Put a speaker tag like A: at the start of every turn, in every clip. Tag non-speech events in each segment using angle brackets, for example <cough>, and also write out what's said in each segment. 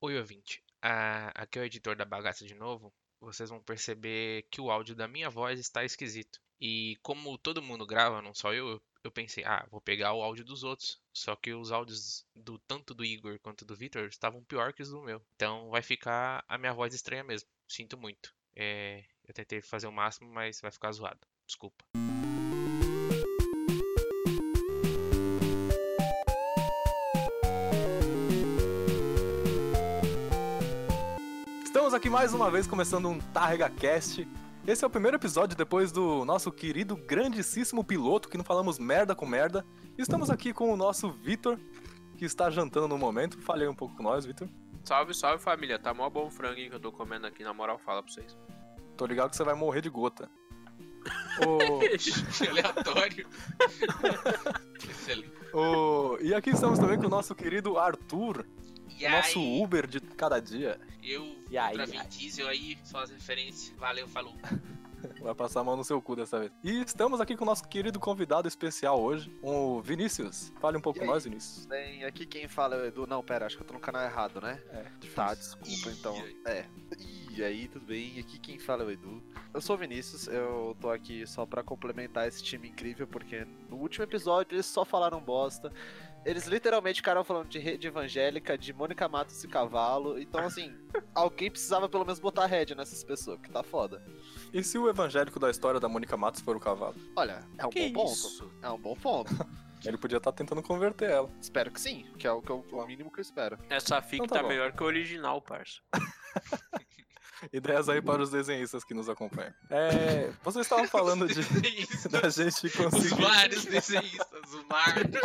A: Oi, ouvinte. Ah, aqui é o editor da bagaça de novo. Vocês vão perceber que o áudio da minha voz está esquisito. E como todo mundo grava, não só eu, eu- eu pensei, ah, vou pegar o áudio dos outros. Só que os áudios do tanto do Igor quanto do Vitor estavam pior que os do meu. Então vai ficar a minha voz estranha mesmo. Sinto muito. É, eu tentei fazer o máximo, mas vai ficar zoado. Desculpa.
B: Estamos aqui mais uma vez começando um Targa Cast. Esse é o primeiro episódio depois do nosso querido grandíssimo piloto, que não falamos merda com merda. Estamos aqui com o nosso Vitor, que está jantando no momento. Falei um pouco com nós, Vitor.
C: Salve, salve família, tá mó bom o franguinho que eu tô comendo aqui, na moral, fala pra vocês.
B: Tô ligado que você vai morrer de
C: <laughs>
B: gota. Ô,
A: <laughs> é Aleatório. é Excelente.
B: ô, e aqui estamos também com o nosso querido Arthur,
A: E
B: o nosso
A: aí?
B: Uber de cada dia.
A: Eu
B: E aí,
A: pra
B: e
A: Vin
B: aí? Tá
A: Diesel aí, só as referências. Valeu, falou.
B: Vai passar a mão no seu cu dessa vez. E estamos aqui com o nosso querido convidado especial hoje, o Vinícius. Fale um pouco
D: E
B: com
D: aí?
B: nós, Vinícius.
D: Bem, aqui quem fala é o Edu. Não, pera, acho que eu tô no canal errado, né?
B: É,
D: Tá,
B: difícil.
D: desculpa então.
A: aí?
B: <laughs>
D: É. E aí, tudo bem? Aqui quem fala é o Edu. Eu sou o Vinícius, eu tô aqui só pra complementar esse time incrível, porque no último episódio eles só falaram bosta. Eles literalmente ficaram falando de rede evangélica, de Mônica Matos e cavalo. Então,
B: <laughs>
D: assim, alguém precisava pelo menos botar head nessas pessoas, que tá foda.
B: E se o evangélico da história da Mônica Matos for o cavalo?
D: Olha, é um bom ponto. É um bom ponto.
B: Ele podia estar tentando converter ela.
D: espero que sim, que é o, que eu- o mínimo que eu espero.
C: Essa fic
B: Então tá
C: tá
B: bom.
C: melhor que o original, parça.
B: Ideias aí para os desenhistas que nos acompanham. É, vocês estavam falando de
A: Isso. <laughs>
B: da gente
A: Os
B: conseguir.
A: vários desenhistas, o Marcos,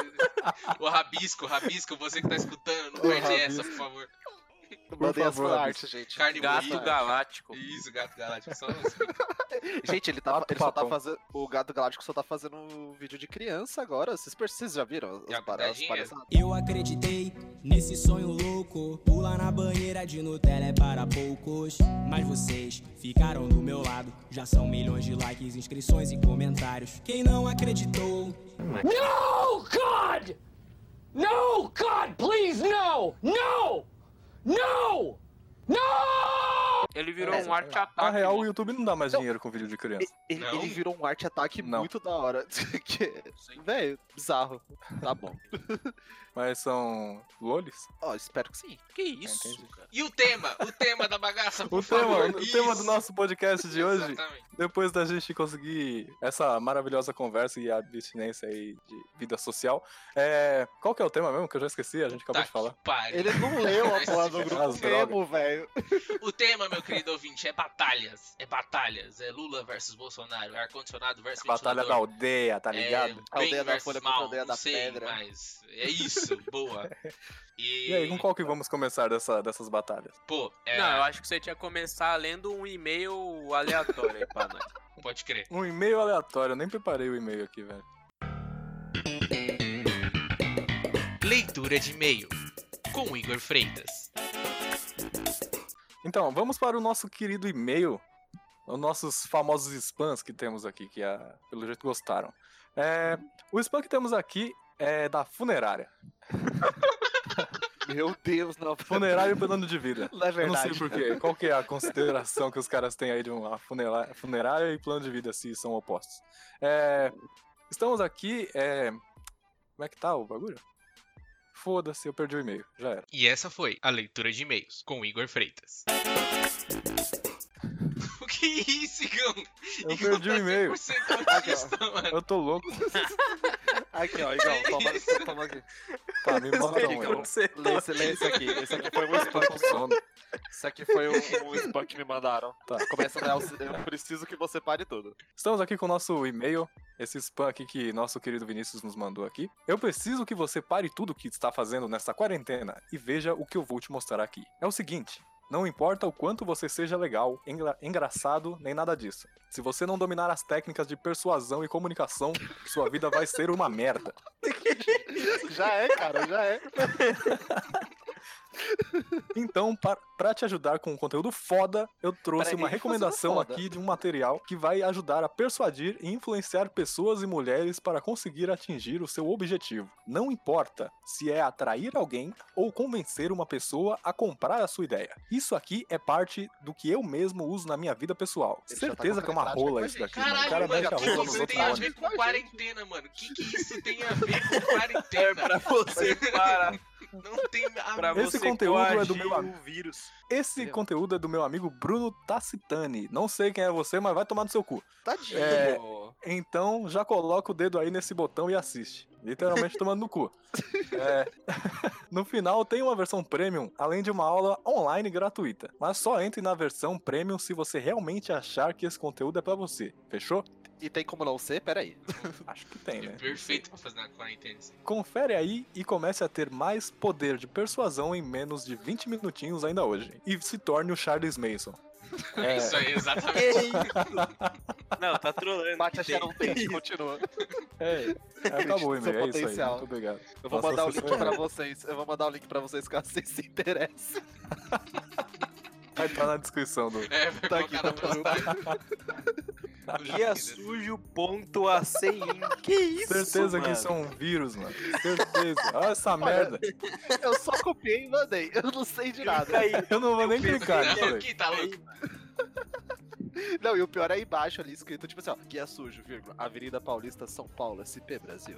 A: o Rabisco, o Rabisco, você que tá escutando, não
B: Ô,
A: perde essa, por
B: Rabisco.
A: favor.
D: Mandei as
B: favor,
D: fanarts, gente.
A: Carne
D: Gato
C: Gato
A: moída.
C: Galáctico.
A: Isso, Gato Galáctico, só
B: <laughs>
D: Gente, ele, tá,
B: Gato
D: ele só tá
B: papão.
D: fazendo. O Gato Galáctico só tá fazendo um vídeo de criança agora. Vocês, per- vocês já viram
A: Já
D: as paradas?
A: cuidadinho.
D: Parece...
E: Eu acreditei nesse sonho louco. Pular na banheira de Nutella é para poucos. Mas vocês ficaram do meu lado. Já são milhões de likes, inscrições e comentários. Quem não acreditou,
F: No, God! No, God, please, no! No! No!
C: Ele virou
D: É,
C: um arte ataque.
B: Na real, o YouTube não dá mais dinheiro com vídeo de criança.
D: Ele,
A: Não?
D: ele virou um art ataque
B: Não.
D: muito da hora. <laughs> que, velho, bizarro. Tá bom.
B: Mas são lolis?
D: Ó, espero que sim.
C: Que isso?
B: Entendi.
A: E o tema, o tema da bagaça, por
B: O tema,
A: favor.
B: o tema do
A: Isso,
B: nosso podcast de hoje,
A: Exatamente.
B: depois da gente conseguir essa maravilhosa conversa e a abstinência aí de vida social, é, qual que é o tema mesmo que eu já esqueci? A gente acabou
A: Tá
B: de falar. é
A: que pariu.
D: Ele não leu a porra do grupo
B: As drogas.
D: mesmo, velho.
A: O tema, meu querido ouvinte, é batalhas. É batalhas. É Lula versus Bolsonaro. É ar-condicionado versus
B: Batalha da
A: ventilador.
B: aldeia, tá ligado?
A: É, bem
D: Aldeia da
A: versus
D: Folha contra
A: mal,
D: Aldeia
A: não
D: da
A: sei,
D: Pedra.
A: Mas é isso, boa. E,
B: E aí, com qual que vamos começar dessa- dessas batalhas?
A: Pô, é,
C: Não, eu acho que você tinha que começar lendo um e-mail aleatório aí pra nós.
A: pode crer.
B: Um e-mail aleatório, eu nem preparei o e-mail aqui, velho.
A: Leitura de e-mail com Igor Freitas.
B: Então, vamos para o nosso querido e-mail. Os nossos famosos spams que temos aqui, que ah, pelo jeito gostaram. É, o spam que temos aqui é da funerária.
D: Meu Deus, não.
B: <laughs> Funerária e plano de vida.
D: <laughs> Não é
B: Eu não
D: verdade.
B: sei porquê. Qual que é a consideração que os caras têm aí de uma funela- funerária e plano de vida, se são opostos. É, estamos aqui. é, como é que tá o bagulho? Foda-se, eu perdi o e-mail. Já era.
A: E essa foi a leitura de e-mails com Igor Freitas. <laughs> o que é isso, Igão? <laughs>
B: Eu
A: Igão
B: perdi
A: tá
B: o e-mail.
A: 100%
D: Aqui, ó.
A: autista, mano.
B: Eu tô louco.
D: Aqui, ó, igual. Toma,
A: isso?
D: toma aqui.
B: Tá, me manda um.
D: Igão.
B: eu-
C: Você
D: Lê esse, lê esse aqui. Esse aqui foi um
B: Tô
D: spam.
B: com sono.
D: Esse aqui foi um, um spam que me mandaram.
B: Tá.
D: Começa a Eu preciso que você pare tudo.
B: Estamos aqui com o nosso e-mail, esse spam aqui que nosso querido Vinícius nos mandou aqui. Eu preciso que você pare tudo o que está fazendo nessa quarentena e veja o que eu vou te mostrar aqui. É o seguinte. Não importa o quanto você seja legal, engra- engraçado, nem nada disso. Se você não dominar as técnicas de persuasão e comunicação, sua vida vai ser uma merda.
D: Já é, cara, já é.
B: Então, para pra te ajudar com um conteúdo foda, eu trouxe uma
D: Peraí, ele fez uma
B: recomendação
D: foda.
B: aqui de um material que vai ajudar a persuadir e influenciar pessoas e mulheres para conseguir atingir o seu objetivo. Não importa se é atrair alguém ou convencer uma pessoa a comprar a sua ideia. Isso aqui é parte do que eu mesmo uso na minha vida pessoal.
D: Ele já tá
B: Certeza que é uma
D: colocando em
B: rola
D: prática
B: isso daqui.
D: com a
B: mano. O
D: gente.
A: Caralho,
B: cara
D: vai
A: mano,
B: mete
A: o
B: a
D: dar
A: que
B: rola
D: rolando
A: isso
B: nos
A: tem a
B: outros.
A: ver com quarentena, mano? O que, que isso tem a ver com
B: <laughs> É,
A: quarentena?
C: Você para.
A: Não tem a
C: Pra
A: ver.
B: Esse
C: você
B: conteúdo é do meu
C: coagir
B: amigo.
C: o vírus.
B: Esse
D: Entendeu?
B: conteúdo é do meu amigo Bruno Tacitani. Não sei quem é você, mas vai tomar no seu cu.
D: Tadinho.
B: É, então já coloca o dedo aí nesse botão e assiste. Literalmente tomando no <laughs> cu. É. no final tem uma versão premium, além de uma aula online gratuita. Mas só entre na versão premium se você realmente achar que esse conteúdo é pra você. Fechou?
D: E tem como não ser? Peraí.
B: Acho que tem, né?
A: Perfeito pra fazer na quarentena. isso aí.
B: Confere aí e comece a ter mais poder de persuasão em menos de 20 minutinhos ainda hoje. E se torne o Charles Mason.
A: É isso aí, exatamente.
C: Não,
D: <laughs>
C: tá trolando.
D: Bate
C: que
D: a Sharon
C: tem.
D: Tate, continua.
B: É, acabou o
D: Seu
B: e-mail, é isso aí.
D: potencial.
B: Muito obrigado.
D: Eu vou
B: Nossa,
D: mandar o
B: você
D: link
B: foi-
D: pra vocês. Eu vou mandar o link pra vocês caso vocês se interessem.
B: Vai estar na descrição do.
A: É, vai
D: Tá aqui,
A: colocar na
D: tá
A: postagem. O link
C: Guia
A: desse-
C: sujo.acin. Que isso,
B: Certeza que
C: mano?
B: isso é um vírus, mano. Certeza. Olha essa merda.
D: Eu só copiei e mandei. Eu não sei de nada.
C: Aí,
B: <laughs> Eu não
C: um
B: vou nem clicar, né?
A: Não,
B: velho?
A: aqui tá louco.
D: Não, e o pior é embaixo ali, escrito tipo assim, ó. Guia sujo, vírgula. Avenida Paulista, São Paulo, SP Brasil.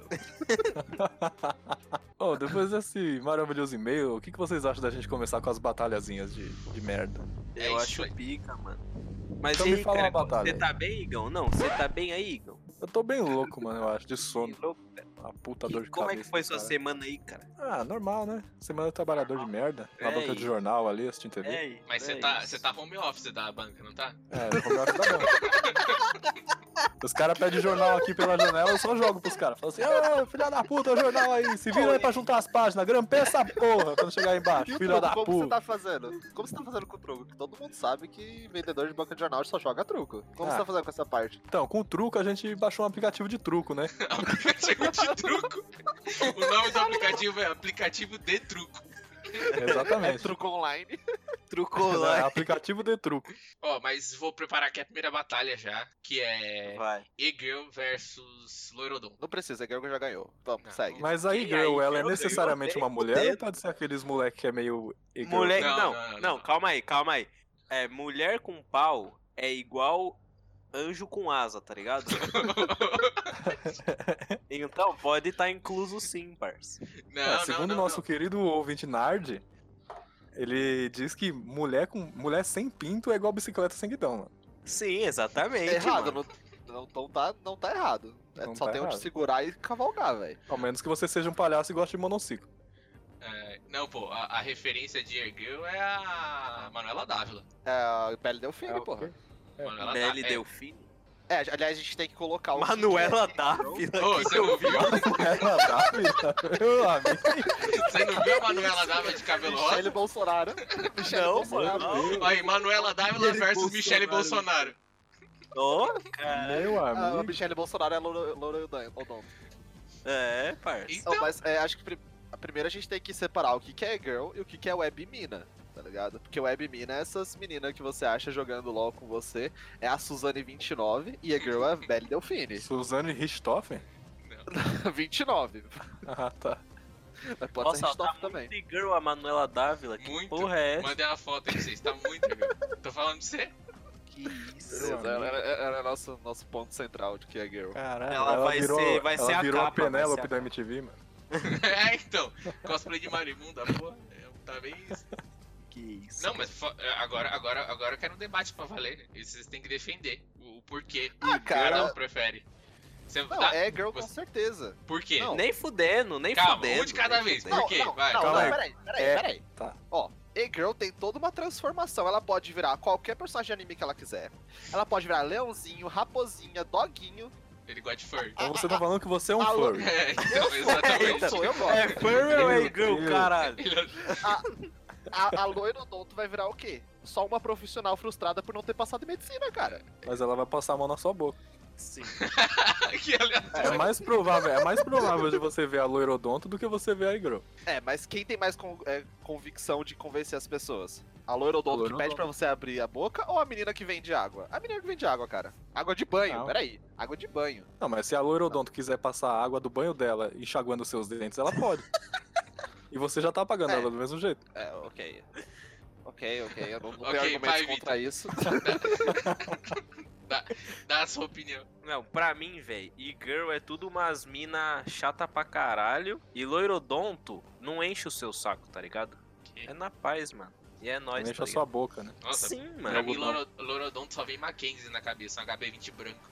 B: <laughs> Ô, depois desse maravilhoso e-mail, o que, que vocês acham da gente começar com as batalhazinhas de, de merda?
A: É
C: eu
A: isso
C: acho
A: aí.
C: pica, mano. um Mas
B: Então
C: e
B: me
C: aí,
B: fala uma
C: cara,
B: batalha
C: você
B: aí.
C: tá bem, Igão? Não, você tá bem aí, Igão?
B: Eu tô
C: <laughs>
B: bem louco, mano, eu acho, de sono.
C: Que louco.
B: Uma puta
C: Que-
B: dor de
C: como é
B: cabeça.
C: que foi sua
B: cara.
C: semana aí, cara?
B: Ah, normal, né? Semana do trabalhador de merda. Na
C: É,
B: banca de
C: e-
B: jornal ali, assistindo TV. É,
C: aí,
A: Mas
C: é
A: você tá,
C: isso.
A: você tá home office da banca, não tá? <laughs>
B: eu vou jogar da banca. Os caras pedem jornal aqui pela janela, eu só jogo pros caras. Falo assim, ah, filha da puta, jornal aí, se vira aí pra juntar as páginas, grampeia essa porra quando chegar aí
D: E
B: embaixo,
D: o
B: Ah, filha
D: truco,
B: da
D: como
B: puta.
D: você tá fazendo? Como você tá fazendo com o truco? Que todo mundo sabe que vendedor de banca de jornal só joga truco. Como
B: Ah.
D: você tá fazendo com essa parte?
B: Então, com o truco a gente baixou um aplicativo de truco, né?
A: É um Aplicativo de truco. O nome do aplicativo é aplicativo de truco.
D: É
B: Exatamente.
D: truco online.
C: Trucou
B: É,
C: lá.
B: aplicativo de truco.
A: Ó, mas vou preparar aqui a primeira batalha já, que é
C: Vai.
A: E-Girl versus Loirodon.
D: Não precisa, que é o que já ganhou. Vamos,
A: Não.
D: segue.
B: Mas aí,
C: E aí,
B: girl, ela é
C: girl,
B: necessariamente
C: girl,
B: uma mulher
C: fudeu.
B: ou pode ser aqueles moleque que é meio. e-girl?
C: Mulher.
A: Não, não,
C: Não não,
A: não, não.
C: calma aí, calma aí. É, mulher com pau é igual anjo com asa, tá <laughs> ligado? então pode estar incluso sim, parça.
A: Não,
B: É,
A: não,
B: segundo
A: não,
B: o nosso querido ouvinte Nard, ele diz que mulher, com, mulher sem pinto é igual bicicleta sem guidão, né? mano.
C: Sim, exatamente.
D: É errado,
C: mano.
D: não, não, não tá, não tá errado. É,
B: Não
D: só
B: tá
D: tem
B: errado.
D: onde segurar e cavalgar, velho.
B: Ao menos que você seja um palhaço e goste de monociclo.
A: não. É, não, pô, a, a referência de E-Girl é a Manuela Dávila.
D: É, Pele Delfine,
B: É,
D: porra.
B: É.
A: Manuela
C: Nelly
A: Dá- é-
C: Delfine.
D: É, aliás, a gente tem que colocar o. que
C: Manuela
D: que é.
C: Dávila,
A: Ô,
C: <laughs> que
A: você
C: eu
A: não
C: vi.
A: viu?
B: <laughs> Ela dá, filha. É, tá, Meu amigo.
A: Você não viu a Manuela Dávila de cabelo
D: Michele
A: rosa?
D: Bolsonaro. Michele
C: Não,
D: Bolsonaro.
C: mano.
A: Aí, Manuela Dávila
C: Michele
A: versus Michele Bolsonaro.
C: Bolsonaro. Ô, cara.
B: Meu
D: Ah,
B: amigo.
D: Michele Bolsonaro é Louro Louro Odom.
C: É, parça.
D: Não,
A: Então,
D: mas é, acho que pri- a primeira a gente tem que separar o que, que é girl e o que, que é web mina, tá ligado? Porque web mina é essas meninas que você acha jogando LOL com você, é a Suzane29 e a girl é a Belle <laughs> Delfine.
B: Suzane Richthofen?
D: 29.
B: Ah, tá.
D: Mas pode ser
C: Nossa, tá
D: Ristoff
C: muito
D: também.
C: girl a Manuela Dávila. Que
A: Muito.
C: porra é essa?
A: mandei uma foto aí pra vocês, tá muito E-Girl. Tô falando de você.
C: Que isso?
D: Beleza, Era, era- era nosso, nosso ponto central de que é girl.
B: Caralho,
C: Ela vai
B: virou,
C: ser- vai
B: ela
C: ser a
B: virou
C: capa, vai ser
B: Penélope
C: a
B: da
C: capa.
B: MTV, mano.
A: <laughs> É, então, cosplay de Marimunda, porra, é, tá bem isso.
C: Que isso?
A: Não, mas fo- é, agora, agora, agora eu quero um debate pra valer, né? E vocês têm que defender o, o porquê
D: Ah,
A: cada
D: cara.
A: um prefere. Você
D: Não,
B: Tá.
A: dá-
D: é girl com
A: você-
D: certeza.
A: Por quê?
D: Não.
C: Nem fudendo, nem
A: Calma,
C: fudendo.
A: um de cada
C: nem
A: vez,
C: fudendo.
A: Por quê?
D: Não,
A: Vai,
D: não,
B: calma
D: não,
B: aí.
D: peraí, peraí,
B: É,
D: peraí.
B: tá.
D: Ó, E-Girl tem toda uma transformação. Ela pode virar qualquer personagem de anime que ela quiser. Ela pode virar leãozinho, raposinha, doguinho.
A: Ele gosta de furry.
B: Então você tá falando que você é um
D: Ah, alô.
B: furry.
A: <laughs> É, então, exatamente.
D: Eu sou, eu gosto.
C: É furry ou é
B: Meu
C: girl,
B: Deus.
C: caralho?
A: Ele-
D: A, a loirodonto vai virar o quê? Só uma profissional frustrada por não ter passado em medicina, cara.
B: Mas ela vai passar a mão na sua boca.
D: Sim.
A: <laughs> que aleatório.
B: É mais provável, é mais provável de você ver a loirodonto do que você ver a Igro.
D: É, mas quem tem mais con- é, convicção de convencer as pessoas? A loirodonto que
B: Loirodonto.
D: pede pra você abrir a boca ou a menina que vende água? A menina que vende água, cara. Água de banho,
B: Não.
D: peraí. Água de banho.
B: Não, mas se a loirodonto quiser passar a água do banho dela enxaguando seus dentes, ela pode. E você já tá pagando
D: É.
B: ela do mesmo jeito.
D: É, ok. Ok, ok. Eu não, não
A: Ok,
D: tenho argumentos
A: vai,
D: contra isso. <laughs> É.
A: Dá a sua opinião.
C: Não, pra mim, velho, e-girl é tudo umas mina chata pra caralho. E loirodonto não enche o seu saco, tá ligado?
A: Que-
C: É na paz, mano. E é nóis,
B: Enche
C: tá
B: a sua boca, né?
C: ligado?
A: Nossa,
C: Sim,
A: pra
C: mano.
A: mim, Loro- Lorodonto só vem Mackenzie na cabeça, um HB20 branco.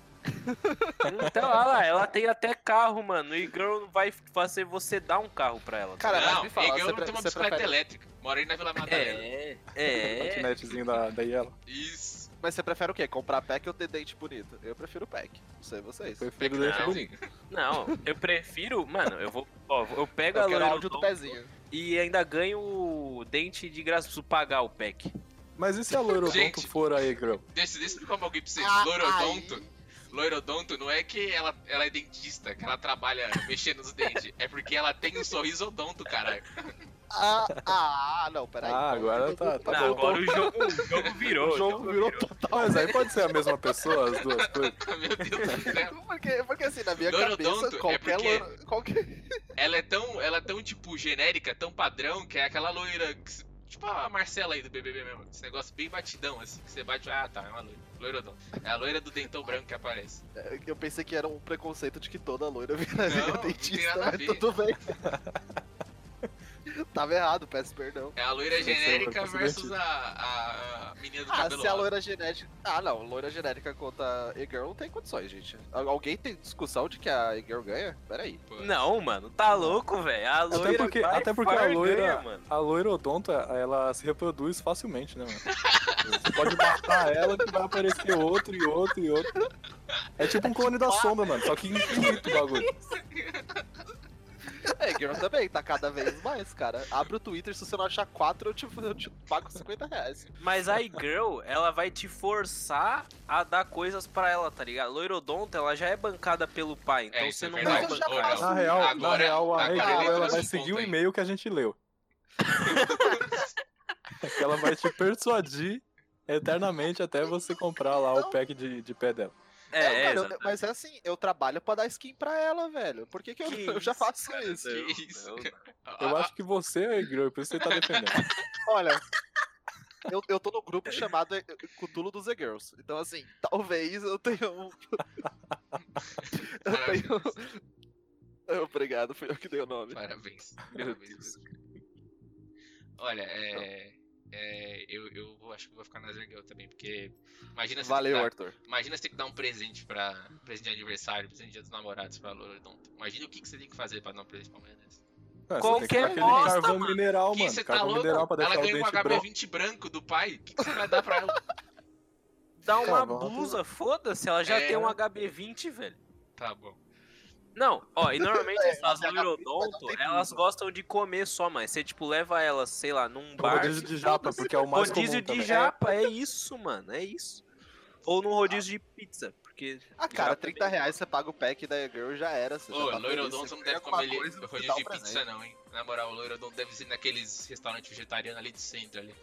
C: Então, olha lá, ela tem até carro, mano. E girl vai fazer você dar um carro pra ela.
D: Cara, mas
A: não,
D: me fala,
A: eu
D: você,
A: não tenho
D: pre
A: uma
D: você
A: bicicleta
D: prefere...
A: elétrica. Morei na Vila Madalena.
C: É,
B: O
D: né?
C: é.
B: patinetezinho da, da Yela.
A: Isso.
D: mas você prefere o quê? Comprar pack ou ter dente bonito? Eu prefiro pack. Não sei vocês. Eu
B: Prefiro
A: Não,
B: deixar bonito.
A: sim.
C: Não, eu prefiro. Mano, eu vou. Ó, eu pego a
D: quero áudio do
C: loirodonto
D: pezinho.
C: e ainda ganho o dente de graça. Preciso pagar o pack.
B: Mas e se a loirodonto
A: Gente.
B: for a Igro?
A: Deixa, deixa eu explicar pra alguém pra vocês.
D: Ah,
A: Lorodonto.
D: aí.
A: Loirodonto não é que ela, ela é dentista, que ela trabalha <laughs> mexendo nos dentes. É porque ela tem um sorriso odonto, caralho. <laughs>
D: Ah, ah, não, peraí.
B: Ah, agora tá- tá
D: Não,
C: Não, agora o jogo, o jogo virou.
D: o jogo virou total.
B: Mas aí pode ser a mesma pessoa, as duas coisas.
A: Ah, Meu Deus do céu.
D: Porque, porque assim, na minha
A: Loirodonto
D: cabeça,
A: é
D: qualquer,
A: porque-
D: loiro- qualquer.
A: Ela é tão, ela é tão, tipo, genérica, tão padrão, que é aquela loira. que se- Tipo a Marcela aí do BBB mesmo. Esse negócio bem batidão, assim, que você bate. Ah, tá, é uma loira. Loirodon. É a loira do dentão branco que aparece.
D: Eu pensei que era um preconceito de que toda loira viraria
A: Não, não tem
D: dentista,
A: nada a
D: mas
A: ver.
D: né? tudo bem. <laughs> Tava errado, peço perdão.
A: É a loira
B: Sim, sim,
A: genérica
B: faz
A: versus
B: sentido.
A: a, a, a menina do
D: Ah,
A: cabelo
D: se a
A: rosa.
D: loira genérica. Ah, não, loira genérica contra E-Girl não tem condições, gente. Al- Alguém tem discussão de que a E-Girl ganha? Peraí.
A: Pô,
C: Não, mano, tá louco, velho. A loira.
B: porque-
C: vai
B: até porque a
C: far
B: loira-
C: ganha, mano.
B: A loirodonta, ela se reproduz facilmente, né, mano? Você pode matar ela que vai aparecer outro e outro e outro. É tipo um clone da sombra, mano. Só que infinito o bagulho.
D: A E-Girl também, tá cada vez mais, cara. Abre o Twitter, se você não achar quatro, eu te, eu te pago 50 reais.
C: Mas a girl ela vai te forçar a dar coisas pra ela, tá ligado? Loirodonto, ela já é bancada pelo pai, então
A: isso
C: você
A: é
C: não
A: verdade.
C: vai
D: Mas eu já
C: bancar
A: faço.
C: ela.
B: Na real, na
A: Agora-
B: real a
A: agora
B: Regal,
D: ele entra
B: ela vai
A: nesse
B: seguir
A: ponto
B: o
A: aí.
B: e-mail que a gente leu. <laughs> É que ela vai te persuadir eternamente até você comprar lá o pack de, de pé dela.
C: É,
D: É,
C: é,
D: cara, eu-
C: exatamente.
D: mas é assim, eu trabalho pra dar skin pra ela, velho. Por que, que eu,
C: Que
D: <laughs> eu já
C: isso,
D: faço isso?
A: Que
C: Meu
A: isso,
C: Deus.
A: cara.
B: Eu
A: Ah,
B: acho que você é Igor, por isso você tá defendendo.
D: Olha, eu, eu tô no grupo chamado eh, Cutulo dos E-Girls. Então, assim, talvez eu tenha um. <laughs>
A: Parabéns.
D: eu tenho. Obrigado, fui eu que dei o nome.
A: Parabéns.
D: Meu
A: Parabéns mesmo. Olha, é. é, eu, eu vou- acho que vou ficar na Zergel também, porque. Imagina se
D: Valeu,
A: tá,
D: Arthur.
A: Imagina você tem que dar um presente pra. Presente de aniversário, presente de dia dos namorados pra Loredonto. Imagina o que, que você tem que fazer pra dar um presente pra uma mulher dessa.
B: Não,
C: Qualquer
B: É, você tem que dar aquele
C: bosta,
B: carvão mineral,
A: que tá
B: mano. Carvão mineral pra deixar
A: Ela
B: o
A: ganhou um
B: dente branco.
A: HB20 branco. do pai. O que, que você vai dar pra ela?
C: Dá uma
B: Tá bom.
C: blusa, foda-se, ela já
A: É.
C: tem um HB20, velho.
A: Tá bom.
C: Não, ó, e
D: <laughs>
C: normalmente as
D: HB20
C: loirodonto,
D: vai dar
C: elas
D: tudo.
C: gostam de comer só, mas você, tipo, leva elas, sei lá, num bar.
B: Rodízio de japa, porque é o mais
C: rodízio
B: comum
C: de
B: também.
C: japa, é isso, mano, é isso. Ou num rodízio de pizza, porque...
D: Ah, cara,
C: já
D: 30 reais você paga o pack da E-Girl já era. Você
A: Ô,
D: já tá feliz,
A: Loirodonto não
D: você
A: deve
D: ganha alguma
A: comer ele-
D: coisa, você
A: rodízio
D: dá
A: de
D: um presente.
A: pizza, né? não, hein? Na moral, o Loirodonto deve ser naqueles restaurantes vegetarianos ali do centro <laughs> ali.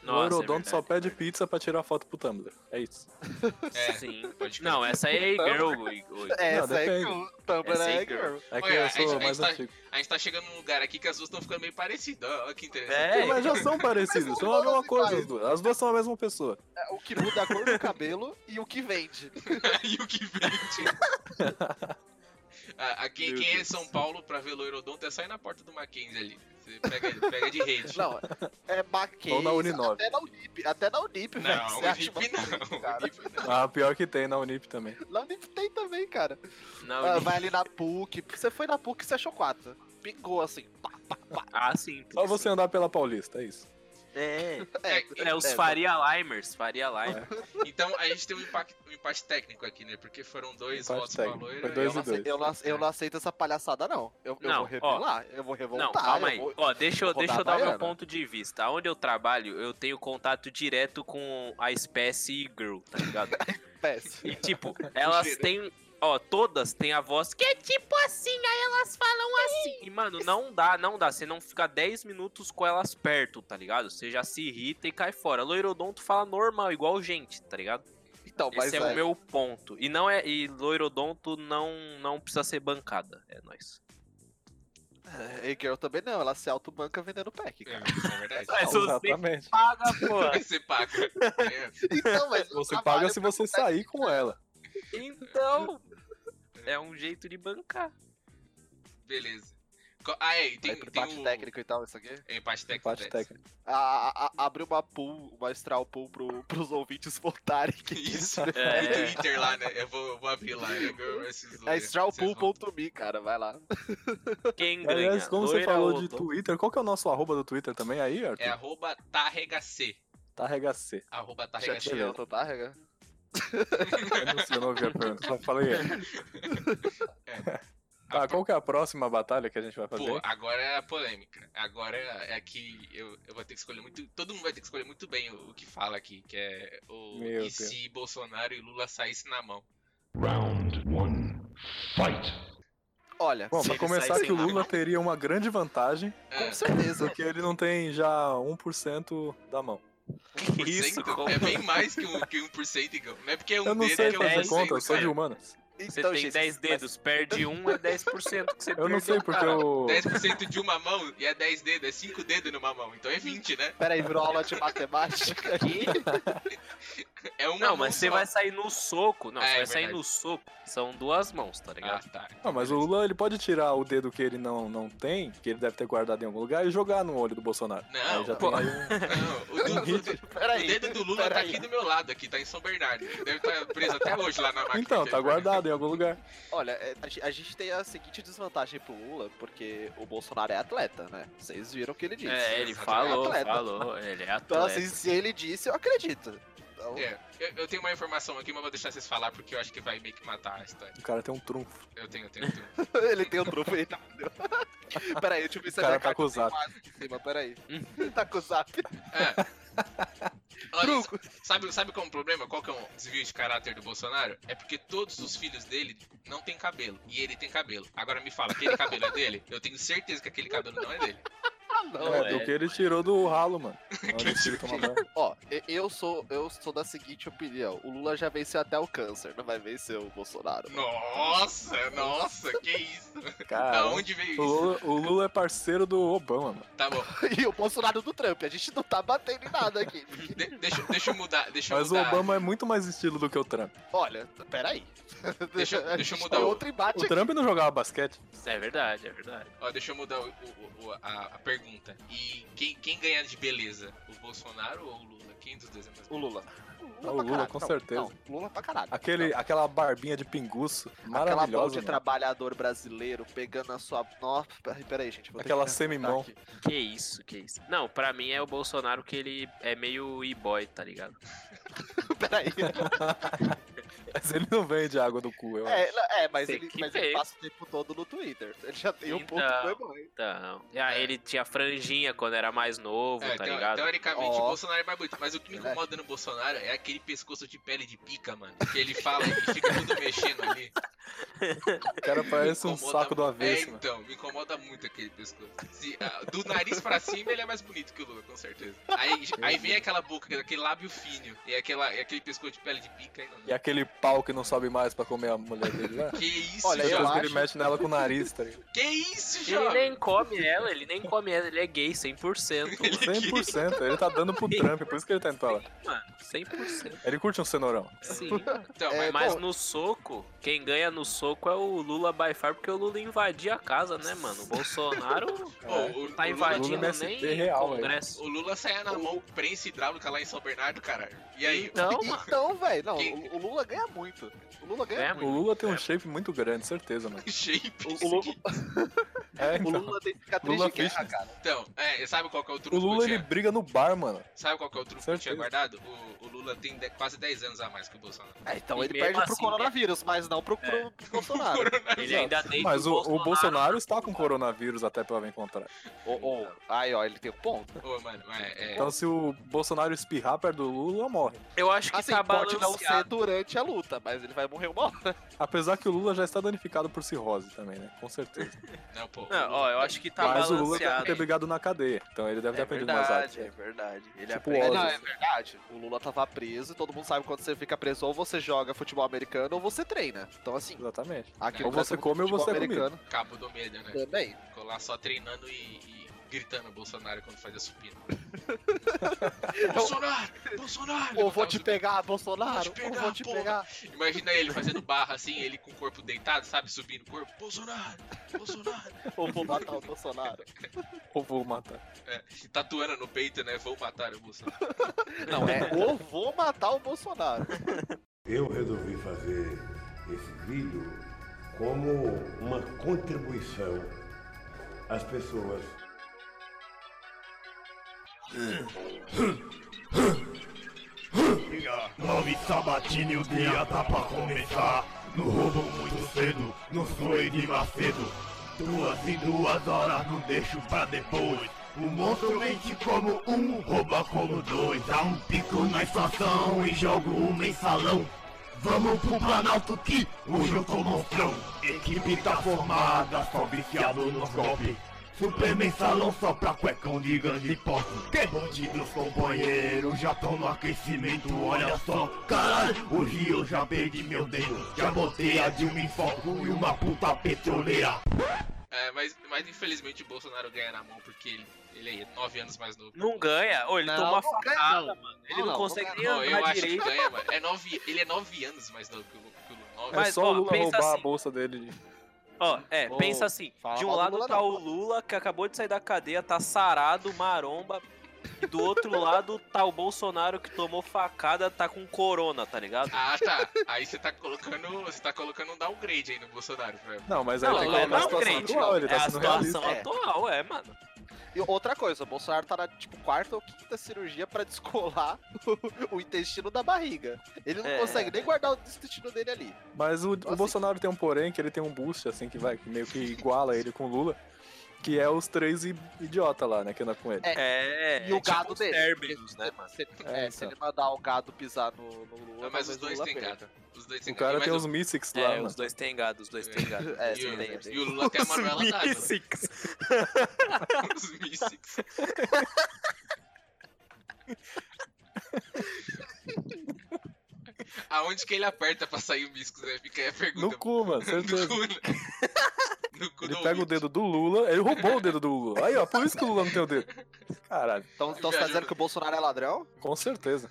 B: O
C: Nossa, é
B: Eurodonto só
C: verdade.
B: pede pizza pra tirar foto pro Tumblr. É isso.
A: É,
C: Sim.
A: pode crer.
C: Não, essa é girl, o- o-
D: Essa é
B: depende.
D: E-Girl. Tumblr
C: Essa é
D: é
C: E-Girl.
D: E-Girl.
B: É que
A: Olha, a gente-
B: eu
A: a
B: sou
A: gente
B: mais
A: tá-
B: antigo.
A: A gente tá chegando num lugar aqui que as duas estão ficando meio parecidas. Olha que interessante. <laughs>
C: É,
B: Mas já são parecidas,
D: Mas
B: são
D: não
B: a mesma
D: todas
B: coisa
D: iguais.
B: as duas. As duas são a mesma pessoa.
D: É O que muda a cor do cabelo <laughs> e o que vende.
A: e o que vende? A, a quem,
C: Meu
A: quem é de
C: Deus.
A: São Paulo pra ver loirodonto é só ir na porta do Mackenzie ali. Você pega, pega de rede.
D: <laughs> Não, é Mackenzie.
B: Ou na Uninove.
D: Até na Unip, até na Unip, velho.
A: não,
D: você
A: o
D: acha
A: Jeep
D: uma
A: não. o <laughs>
D: cara.
A: Jeep não.
B: Ah, pior que tem na Unip também.
D: Na Unip tem também, cara.
C: Não,
D: Ah, vai ali na PUC. Você foi na PUC e você achou quatro. Pingou assim. Pá.
C: Ah, sim.
B: Só você andar pela Paulista, é isso.
C: É,
A: É,
C: é os Faria Limers, Faria Limers.
A: Então a gente tem um empate, um empate técnico aqui, né? Porque foram dois
B: Empate
A: votos pra
B: técnico.
A: loira.
B: Foi dois
A: e
B: e
A: ela-
D: Eu, não,
B: dois.
D: eu, não, eu não aceito essa palhaçada, não. Eu, eu
C: né? Não, ó.
D: vou revelar, eu vou
C: Não,
D: revoltar.
C: calma aí.
D: eu vou-
C: Ó, deixa eu,
D: vou
C: deixa
D: dar
C: eu dar meu
D: baiana.
C: ponto de vista. Onde eu trabalho, eu tenho contato direto com a espécie girl, tá ligado?
B: <laughs>
D: Péssimo.
C: E tipo,
B: Tá
C: elas têm. Ó, todas têm a voz que é tipo assim, aí elas falam assim. E, mano, não dá, não dá. Você não fica 10 minutos com elas perto, tá ligado? Você já se irrita e cai fora. Loirodonto fala normal, igual gente, tá ligado?
D: Então, mas
C: Esse é,
D: é,
C: o meu ponto. E não é. E loirodonto não, não precisa ser bancada. É nóis.
D: E é, girl também não, ela se autobanca vendendo pack,
A: É,
D: cara. <laughs>
A: isso é verdade.
C: Mas você
B: Exatamente.
C: paga, Ah, <laughs> pô.
A: Você paga. É,
D: Então,
C: <laughs>
D: mas eu
B: Você
D: trabalho
B: paga se
D: pra
B: você
D: botar-
B: sair com ela.
C: Então. É um jeito de bancar.
A: beleza. Co- Ah, é, e
D: Aí,
A: tem,
D: pro
A: tem
C: um
D: empate
A: o-
D: técnico e tal, isso aqui.
A: É, empate técnico.
B: Parte
A: né?
B: técnica.
D: A, a- a- abre uma pool, uma astral pool pro, pros ouvintes votarem.
A: <laughs> Isso.
C: É.
A: No Twitter lá, né? Eu vou, eu vou abrir lá. É, girl versus
D: É
A: loira. Vocês vão-
D: astralpool.me, cara, vai lá.
C: Quem ganha?
B: Aliás, como você
C: Loira
B: falou
C: ou
B: de
C: don-
B: Twitter, qual que é o nosso arroba do Twitter também aí, Arthur? Tá
A: É arroba tarregacê.
B: Tarrega C.
A: Arroba
D: Já
A: tarregacê.
D: tinha outra targa?
B: Eu não sei, eu não ouvi a pergunta, só falei.
C: <laughs>
B: Tá, qual que é a próxima batalha que a gente vai fazer?
A: Pô, agora é a polêmica. Agora é que eu, eu vou ter que escolher muito. Todo mundo vai ter que escolher muito bem o, o que fala aqui, que é o
B: Meu
A: e se Bolsonaro e Lula saíssem na mão.
G: Round one, fight.
D: Olha,
B: Bom,
C: Se
B: pra
C: ele
B: começar
C: sair
B: que o
C: sem
B: Lula teria uma grande vantagem,
A: Ah,
D: com certeza.
B: porque ele não tem já 1% da mão. assim
C: Que isso,
A: 1%?
C: como?
A: É bem mais que, um, que 1%, Igão. Não é porque é um
B: Eu não
A: dedo
B: sei
A: que é um
B: fazer
A: 1%,
B: conta, eu sou de
A: cara.
B: humanas.
C: Você
D: Então,
C: tem
D: gente,
C: 10
D: mas-
C: dedos, perde um, é 10% que você perdeu.
B: Eu não sei porque
C: cara.
B: eu...
A: 10% de uma mão e é 10 dedos, é 5 dedos numa mão, então é 20, né?
D: Peraí, virou aula de matemática.
C: <laughs>
A: É uma
C: Não,
A: mão
C: mas você
A: só.
C: vai sair no soco. Não,
A: É,
C: você vai
A: é
C: sair
A: verdade.
C: no soco. São duas mãos, tá
A: Ah,
C: ligado?
A: tá.
B: Não, mas o Lula ele pode tirar o dedo que ele não, não tem, que ele deve ter guardado em algum lugar, e jogar no olho do Bolsonaro.
C: Ah,
A: Não,
B: Aí já
A: pô.
B: tem aí um-
A: Não,
B: <laughs>
A: o, do- o do- o
D: Peraí.
A: dedo do Lula tá
D: peraí.
A: aqui do meu lado, aqui, tá em São Bernardo. Deve estar preso até hoje lá na máquina.
B: Então, tá guardado em algum lugar.
D: Olha, é, a, gen- a gente tem a seguinte desvantagem pro Lula, porque o Bolsonaro é atleta, né? Vocês viram o que ele disse.
C: É, ele
A: Exato,
C: falou,
D: ele é atleta.
C: falou. Ele
D: Então,
C: é atleta.
D: assim, se ele disse, eu acredito. Então,
A: É, eu, eu tenho uma informação aqui, mas vou deixar vocês falar porque eu acho que vai meio que matar a história.
B: O cara tem um trunfo.
A: Eu tenho, eu tenho, eu
B: <laughs>
A: tenho.
D: <laughs> ele tem o trunfo aí, tá? <laughs> Peraí, deixa eu ver se
B: O cara
D: a minha
B: tá
D: carta
B: com o
D: tem
B: zap.
D: um as em cima, peraí.
C: Hum.
D: <laughs> tá com o zap.
A: Olha,
D: Truco.
A: Sabe, sabe qual é o problema? Qual que é o desvio de caráter do Bolsonaro? É porque todos os filhos dele não têm cabelo. E ele tem cabelo. Agora me fala, aquele cabelo é dele? Eu tenho certeza que aquele cabelo não é dele.
D: Ah, não.
B: é,
C: é.
B: do que ele tirou do ralo,
C: <laughs>
B: mano. Na hora que ele
A: tirou?
B: toma banho.
D: Ó, e- eu sou, eu sou da seguinte opinião. O Lula já venceu até o câncer, não vai vencer o Bolsonaro.
A: Nossa, nossa, que isso? Da
B: Cara,
A: onde veio
B: o
A: isso?
B: Lula, o Lula é parceiro do Obama, mano.
A: Tá bom.
D: <laughs> E o Bolsonaro do Trump, a gente não tá batendo em nada aqui.
C: <laughs>
A: De- deixa, deixa eu mudar. Deixa eu
B: Mas o
A: mudar.
B: Obama é muito mais estilo do que o Trump.
D: Olha, peraí.
A: Deixa
D: <laughs>
A: eu-
D: A
A: deixa eu
D: gente
A: mudar
D: tem
A: o-
D: outro embate
B: O Trump não jogava basquete.
C: É verdade, é verdade.
A: Ó, deixa eu mudar o- o- o- a, a pergunta. E quem, quem ganha de beleza? O Bolsonaro ou o Lula? Quem dos dois é mais
D: O Lula.
B: Ah, o Lula,
D: pra caralho.
B: com
D: Não,
B: certeza.
D: não, Lula pra caralho.
B: Aquele, né? aquela barbinha de pinguço
D: Não. Aquela mão
B: maravilhosa.
D: de
B: Aquela,
D: trabalhador brasileiro pegando a sua. Nossa, peraí, peraí, gente. vou ter
B: aquela
D: que
B: semimão.
D: pensar aqui. <laughs>
C: Que isso, que isso. Não, pra mim é o Bolsonaro que ele é meio e-boy, tá ligado?
B: <laughs>
D: Peraí.
B: Mas ele não vende água do cu, eu acho.
D: É, não, é, mas,
C: Tem
D: ele,
C: que
D: mas
C: ver.
D: ele passa o tempo todo no Twitter. Ele já tem um
C: Então.
D: ponto do Eboy.
C: Então. Ah, ele tinha franjinha quando era mais novo,
A: É,
C: tá
A: teo-
C: ligado?
A: Teoricamente, o
D: Ó.
A: Bolsonaro é mais bonito. Mas o que me incomoda no Bolsonaro é aquele pescoço de pele de pica, mano. Que ele fala e fica tudo mexendo ali.
B: O cara
D: <laughs>
B: parece
A: Me
B: um
A: incomoda
B: saco do
A: muito. É,
B: avesso, mano.
A: então, me incomoda muito aquele pescoço. Se, ah, do nariz pra cima, ele é mais bonito que o Lula, com certeza. Aí, aí vem aquela boca, aquele lábio fino. E, aquela, e aquele pescoço de pele de pica. Aí não,
B: E aquele pau que não sobe mais pra comer a mulher dele lá.
A: Que isso,
D: <laughs> Olha, eu
B: Depois
A: Jovem?
B: que ele
D: acho-
B: mexe nela com o nariz, tá
D: <laughs>
B: ligado?
A: Que isso,
C: Ele
A: Jovem?
C: nem come ela, ele nem come ela, ele é gay 100%. mano.
B: 100%. Ele tá dando pro Trump, por isso que ele tá indo pra lá.
C: Mano, 100%.
B: Ele curte um cenourão.
C: Sim. <laughs>
A: Então,
D: É,
C: Mas
D: bom,
C: no soco, quem ganha no soco é o Lula by far, porque o Lula invadia a casa, né, mano? O Bolsonaro
A: pô, o, o
C: tá
A: Lula,
C: invadindo
B: Lula é
C: nem
B: MST real,
C: o Congresso. né,
A: o Lula saia na mão com prensa hidráulica lá em São Bernardo, caralho. E aí,
C: Então, mano,
D: Então, velho, não,
A: Quem-
D: o- o Lula ganha muito. O Lula ganha
C: É,
D: muito.
B: O Lula tem um shape muito grande, certeza, mano.
A: <laughs> Shape. assim.
D: O, o Lula,
B: É,
D: <laughs> o
B: então.
D: Lula tem cicatriz
B: Lula
D: de guerra,
B: Fitness.
D: cara.
A: Então, é, sabe qual que é o truque
B: O Lula
A: que eu
B: ele
A: tinha?
B: briga no bar, mano.
A: Sabe qual que é o truque que eu tinha
B: Certeza.
A: guardado? O, o Lula tem de- quase 10 anos a mais que o Bolsonaro.
D: É, então
C: E
D: ele
C: mesmo
D: perde pro
C: assim,
D: coronavírus, mas não pro, pro Bolsonaro.
C: Ele ainda deita
B: Mas o, o
C: Bolsonaro.
B: Bolsonaro está com coronavírus até prova em contrário.
D: Ou- ou- Aí, ó, ele tem um ponto.
A: Ô, mano, é, é,
B: Então se o Bolsonaro espirrar perto do Lula, morre.
C: Eu acho que
D: Assim,
C: tá
D: pode não ser
C: balanceado.
D: durante a luta, mas ele vai morrer uma hora.
B: Apesar que o Lula já está danificado por cirrose também, né? Com certeza.
A: Não, pô.
C: Não, ó, eu acho que tá
B: Mas o Lula deve
C: balanceado.
B: ter brigado na cadeia. Então ele deve ter
D: é
B: aprendido umas artes. né?
D: verdade, é verdade. Ele
B: Tipo
D: aprende.
B: Ozzy.
D: Não, é verdade. O Lula tava preso e todo mundo sabe quando você fica preso ou você joga futebol americano ou você treina. Então, assim,
B: Exatamente.
D: aqui
B: Ou
D: no Brasil,
B: você come ou
D: futebol
B: você é comido.
D: americano
A: Cabo do medo, né?
D: também.
A: Ficou lá só treinando e, e gritando Bolsonaro quando fazia supino. Bolsonaro! Bolsonaro!
D: Ou vou
A: Botava
D: te
A: supino.
D: pegar, Bolsonaro!
A: Vou te
D: Ou
A: pegar,
D: vou te
A: porra.
D: pegar!
A: Imagina ele fazendo barra assim, ele com o corpo deitado, sabe? Subindo o corpo. Bolsonaro! Bolsonaro!
D: Ou vou matar o Bolsonaro!
B: Ou vou matar.
A: Tatuando no peito, né? Vou matar o Bolsonaro.
D: Não, é ou vou matar o Bolsonaro!
H: Eu resolvi fazer esse vídeo como uma contribuição às pessoas. Nove sabatine, o dia tá pra começar. Não roubo muito cedo, não sou de Macedo. Duas e duas horas, não deixo pra depois. O monstro mente como um, rouba como dois. Dá um pico na estação e um jogo o mensalão. Vamos pro Planalto que hoje eu tô monstrão. Equipe tá formada, só viciado nos golpes. Super mensalão só pra cuecão de grande porte. Que bandidos companheiros já tão no aquecimento, olha só. Caralho, hoje eu já perdi meu dedo. Já botei a Dilma em foco e uma puta petroleira.
A: É, mas, mas infelizmente o Bolsonaro ganha na mão porque ele, ele é 9 anos mais novo.
C: Não ganha. Ô, ele
D: Não,
C: toma
D: não ganha,
C: facada,
D: não.
C: mano. Ele não,
D: não, não
C: consegue
D: ganha,
C: nem
A: Não, eu
C: andar
A: acho que
C: direito.
A: ganha, mano. É nove, ele é 9 anos mais novo que o, que o Lula. Nove-
C: Mas,
B: é só
C: ó,
B: o Lula
C: pensa
B: roubar
C: assim.
B: a bolsa dele.
C: Ó, é,
D: Ô,
C: pensa assim.
D: fala
C: De um
D: mal do
C: lado
D: Lula,
C: tá
D: não.
C: o Lula, que acabou de sair da cadeia, tá sarado, maromba. E
B: <laughs>
C: do outro lado tá o Bolsonaro, que tomou facada, tá com corona, tá ligado?
A: Ah, tá. Aí você tá colocando. Você tá colocando um downgrade aí no Bolsonaro, né? velho.
B: Não, mas aí
C: Não, é
B: tem que
C: não,
B: colocar a situação
C: não, crente,
B: atual, ele
C: é
B: tá
C: a
B: sendo realista.
C: situação
D: realista.
C: atual, é, mano.
D: E outra coisa, o Bolsonaro tá na, tipo, quarta ou quinta cirurgia pra descolar <laughs> o, o intestino da barriga. Ele não
C: É.
D: consegue nem guardar o intestino dele ali.
B: Mas o, o
D: Assim.
B: Bolsonaro tem um porém, que ele tem um boost, assim, que vai, que meio que iguala ele com o Lula, que é os três i- idiota lá, né, que anda com ele.
D: É.
C: É.
D: E o
C: é
D: gado
C: os
D: dele?
C: Términos, né, mano?
D: Se,
B: É,
D: é, se
B: então.
D: ele mandar o gado pisar no, no Lula,
A: Não, mas
D: talvez
A: os
D: o
A: dois
D: um Lula
A: têm
D: perca.
A: gado. Os dois têm
B: O cara
A: mas
B: tem uns mythics lá,
C: É,
B: mano.
C: os dois têm gado, os dois
A: É.
C: têm
B: <laughs>
C: gado.
D: É,
A: E
D: sim,
A: o,
D: tem, tem.
A: e o Lula tem a
C: Os
A: Manuela Dávila.
C: Mystics.
A: Os Mystics. Aonde que ele aperta pra sair o Mystics, né? Fica aí a pergunta.
B: No cu,
A: <laughs>
B: mano,
A: No
B: certeza.
A: cu, né? No cu
B: Ele
A: do
B: pega o
A: ouvinte.
B: dedo do Lula, ele roubou o dedo do Lula. Aí, ó, por isso que o Lula não tem o dedo. Caralho,
D: Então, então você
A: viajando.
D: tá dizendo que o Bolsonaro é ladrão?
B: com certeza.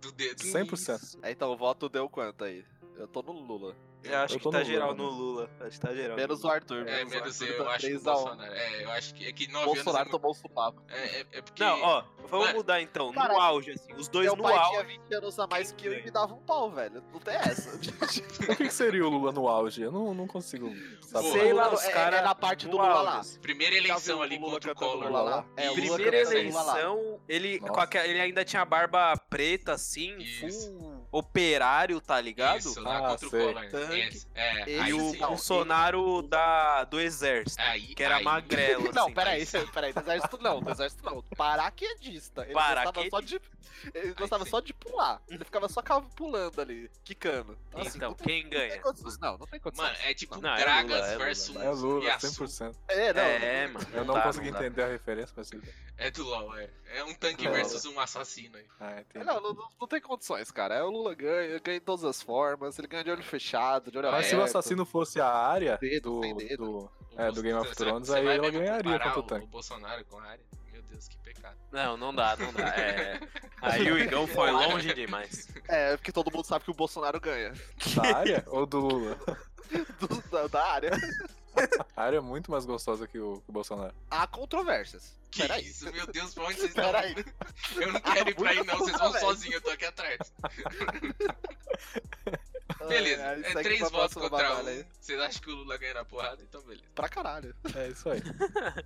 A: Do dedo.
B: 100%.
D: É, então o voto deu quanto aí? Eu tô no Lula.
C: Eu acho
B: Eu
C: que
B: tô
C: tá
B: no Lula,
C: geral
B: mano.
C: no Lula. Acho que tá geral.
D: Menos o Arthur.
A: É,
D: o
A: menos
D: Arthur
A: eu,
D: tá
A: acho que o
D: 3 a 1.
A: Bolsonaro. É, eu acho que é que 9
D: Bolsonaro
A: anos. é muito-
D: tomou o sovaco.
A: É, é, é porque.
C: Não, ó, vamos
A: Mano.
C: mudar então. No
D: Caralho.
C: auge, assim, os dois
D: Meu
C: no
D: pai
C: auge.
D: tinha 20 anos a mais que eu e me dava um pau, velho. Não
C: <laughs>
D: tem essa.
B: O que, que seria o Lula no auge? Eu não, não consigo saber.
C: Sei lá,
D: Mano,
C: os
D: é-
C: caras.
D: é na parte do
C: no
D: Lula
C: auge,
D: lá.
C: assim.
A: Primeira
D: Já
A: Tipo, eleição
D: viu
A: ali
D: o Lula
A: contra o
D: cantando
A: Collor.
D: Lula lá? É, o Lula
C: Primeira
D: cantando Lula lá.
C: eleição, ele, com
B: Nossa.
C: aquela- ele ainda tinha a barba preta, assim,
A: Isso.
C: full operário, tá ligado?
A: Isso, lá
B: Ah,
A: contra o
B: sei.
A: Collor.
C: Tanque.
A: Esse, É,
D: Ele
A: aí
C: E o
A: sim.
C: Bolsonaro da, do exército,
A: Aí-
C: que era
A: aí-
C: magrelo, assim.
D: Não, peraí, peraí, do exército não, do exército não. Paraquedista. Ele gostava só de. Ele gostava
A: sim.
D: só de pular. Ele ficava só cal- pulando ali, quicando. Então, assim,
C: Então,
D: não tem-
C: quem
D: não tem
C: ganha?
D: condições, Não, não tem condições.
A: Mano, é tipo
C: Não, é
A: Dragas
C: Lula, é Lula,
A: versus
B: É Lula,
A: Iaçu.
B: 100%.
D: É, não.
C: É, mano.
B: Eu não
D: Tá,
C: dá,
B: consegui
C: dá.
B: entender a referência, mas... tudo bem.
A: É do LOL, é. É um tanque
B: É.
A: versus um assassino aí.
B: Ah,
D: É,
B: entendi.
D: Não, não, não tem condições, cara. É o Lula ganha, ganha em todas as formas, ele ganha de olho fechado, de olho
B: Mas se o
D: aberto.
B: assassino fosse a área
D: Dedo,
B: do,
D: sem dedo.
B: do-
A: O
B: É,
A: Bolso-
B: do Game of
A: Você-
B: Thrones,
A: você
B: aí
A: vai
B: ela
A: mesmo
B: ganharia
A: comparar
B: contra o
A: O
B: tanque.
A: Bolsonaro com a área? Meu Deus, que pecado.
C: Não, não dá, não dá. é.
A: <laughs>
C: Aí o Igão foi longe demais.
D: É, porque todo mundo sabe que o Bolsonaro ganha.
B: da
D: <laughs>
B: área ou do Lula?
D: Do- da, da área.
B: A área é muito mais gostosa que o, que o Bolsonaro.
D: Há controvérsias.
A: Que
D: <laughs> Peraí.
A: isso, meu Deus, pra onde vocês estão?
D: <laughs> Peraí.
A: Eu não quero ir pra aí não, vocês vão
D: Velho.
A: sozinhos, eu tô aqui atrás.
D: É, segue
A: é três
D: pra
A: votos
D: próxima
A: contra
D: batalha
A: um.
D: aí.
A: Vocês acham que o Lula ganha na porrada? Então beleza. <laughs>
D: Pra caralho.
B: É isso aí.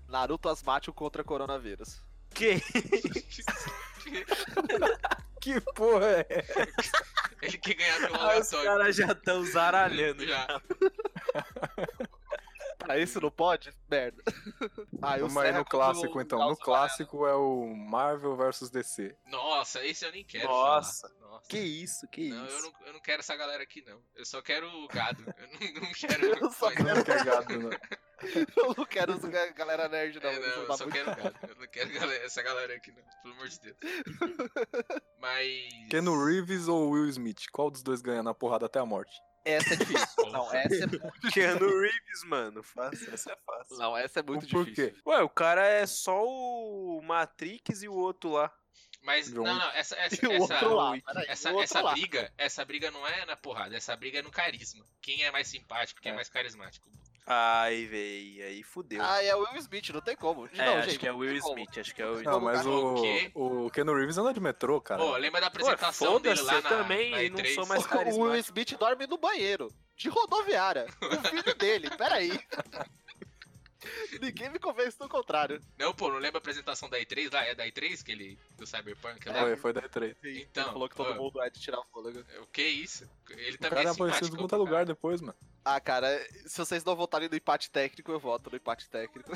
D: Naruto asmático contra coronavírus.
C: Que?
B: que porra é? essa?
A: Ele quer ganhar pelo
C: Ah, os
A: aleatório.
C: caras já
A: <laughs>
C: estão zaralhando já.
A: Já.
D: Ah, esse não pode?
B: <laughs>
D: Merda. Ah, eu
B: Vamos aí no clássico, então. No clássico é o Marvel
A: <laughs>
B: vs DC.
A: Nossa, esse eu nem quero.
C: Nossa.
A: falar. Nossa.
D: Que isso, que
A: Não, eu
D: isso.
A: não, eu não quero essa galera aqui, não. Eu só quero o gado. Eu não,
D: <laughs>
A: não quero.
D: Eu só
A: coisa.
B: Não quer gado, não.
D: <laughs> Eu não, quero essa galera nerd, não.
A: É, não,
D: isso
A: eu
D: dá
A: só
D: muito-
A: quero gado. <laughs> Eu não quero galera- essa galera aqui, não. Pelo amor de
D: <laughs>
A: Deus. Mas.
B: Keanu Reeves ou Will Smith? Qual dos dois ganha na porrada até a morte?
D: Essa é difícil. não, essa é
C: Keanu Reeves, mano. Fácil, essa é fácil.
D: Não, essa é muito
B: Por
D: difícil.
B: quê?
C: Ué, o cara é só o Matrix e o outro lá.
A: Mas, não,
B: John
A: não, essa, essa,
D: <laughs> E o
A: essa, é
D: outro lá, peraí,
A: essa,
D: o outro
A: essa
D: lá.
A: briga, essa briga não é na porrada, essa briga é no carisma. Quem é mais simpático, quem é,
B: É.
A: mais carismático.
C: Ai, véi, aí fudeu.
D: Ah, é o Will Smith, não tem como.
C: é,
D: não,
C: acho
D: gente,
C: que é o
D: não
C: Will
D: tem como.
C: Smith, acho que é o Will
B: Não,
C: Smith.
B: mas
A: O quê?
B: o, o Keanu Reeves anda de metrô, cara.
A: Pô, lembra da apresentação dele
C: foda-se,
A: lá
C: eu
A: na,
C: também
A: na
C: não
A: E3?
C: sou mais-
D: O Will
C: carismático.
D: Smith dorme no banheiro, de rodoviária, com o filho dele, peraí. <laughs> Ninguém me convence do contrário.
A: <laughs> Não, pô, não lembra a apresentação da E3 lá? É da E3 que ele, do Cyberpunk lá?
B: Foi, foi da E3.
A: Então,
D: Ele falou que todo
A: ó.
D: mundo é de tirar o fôlego.
A: O que é isso? Ele também
B: O cara
A: é simpático.
B: apareceu em outro lugar depois, mano.
D: Ah, cara, se vocês não votarem no empate técnico, eu voto no empate técnico.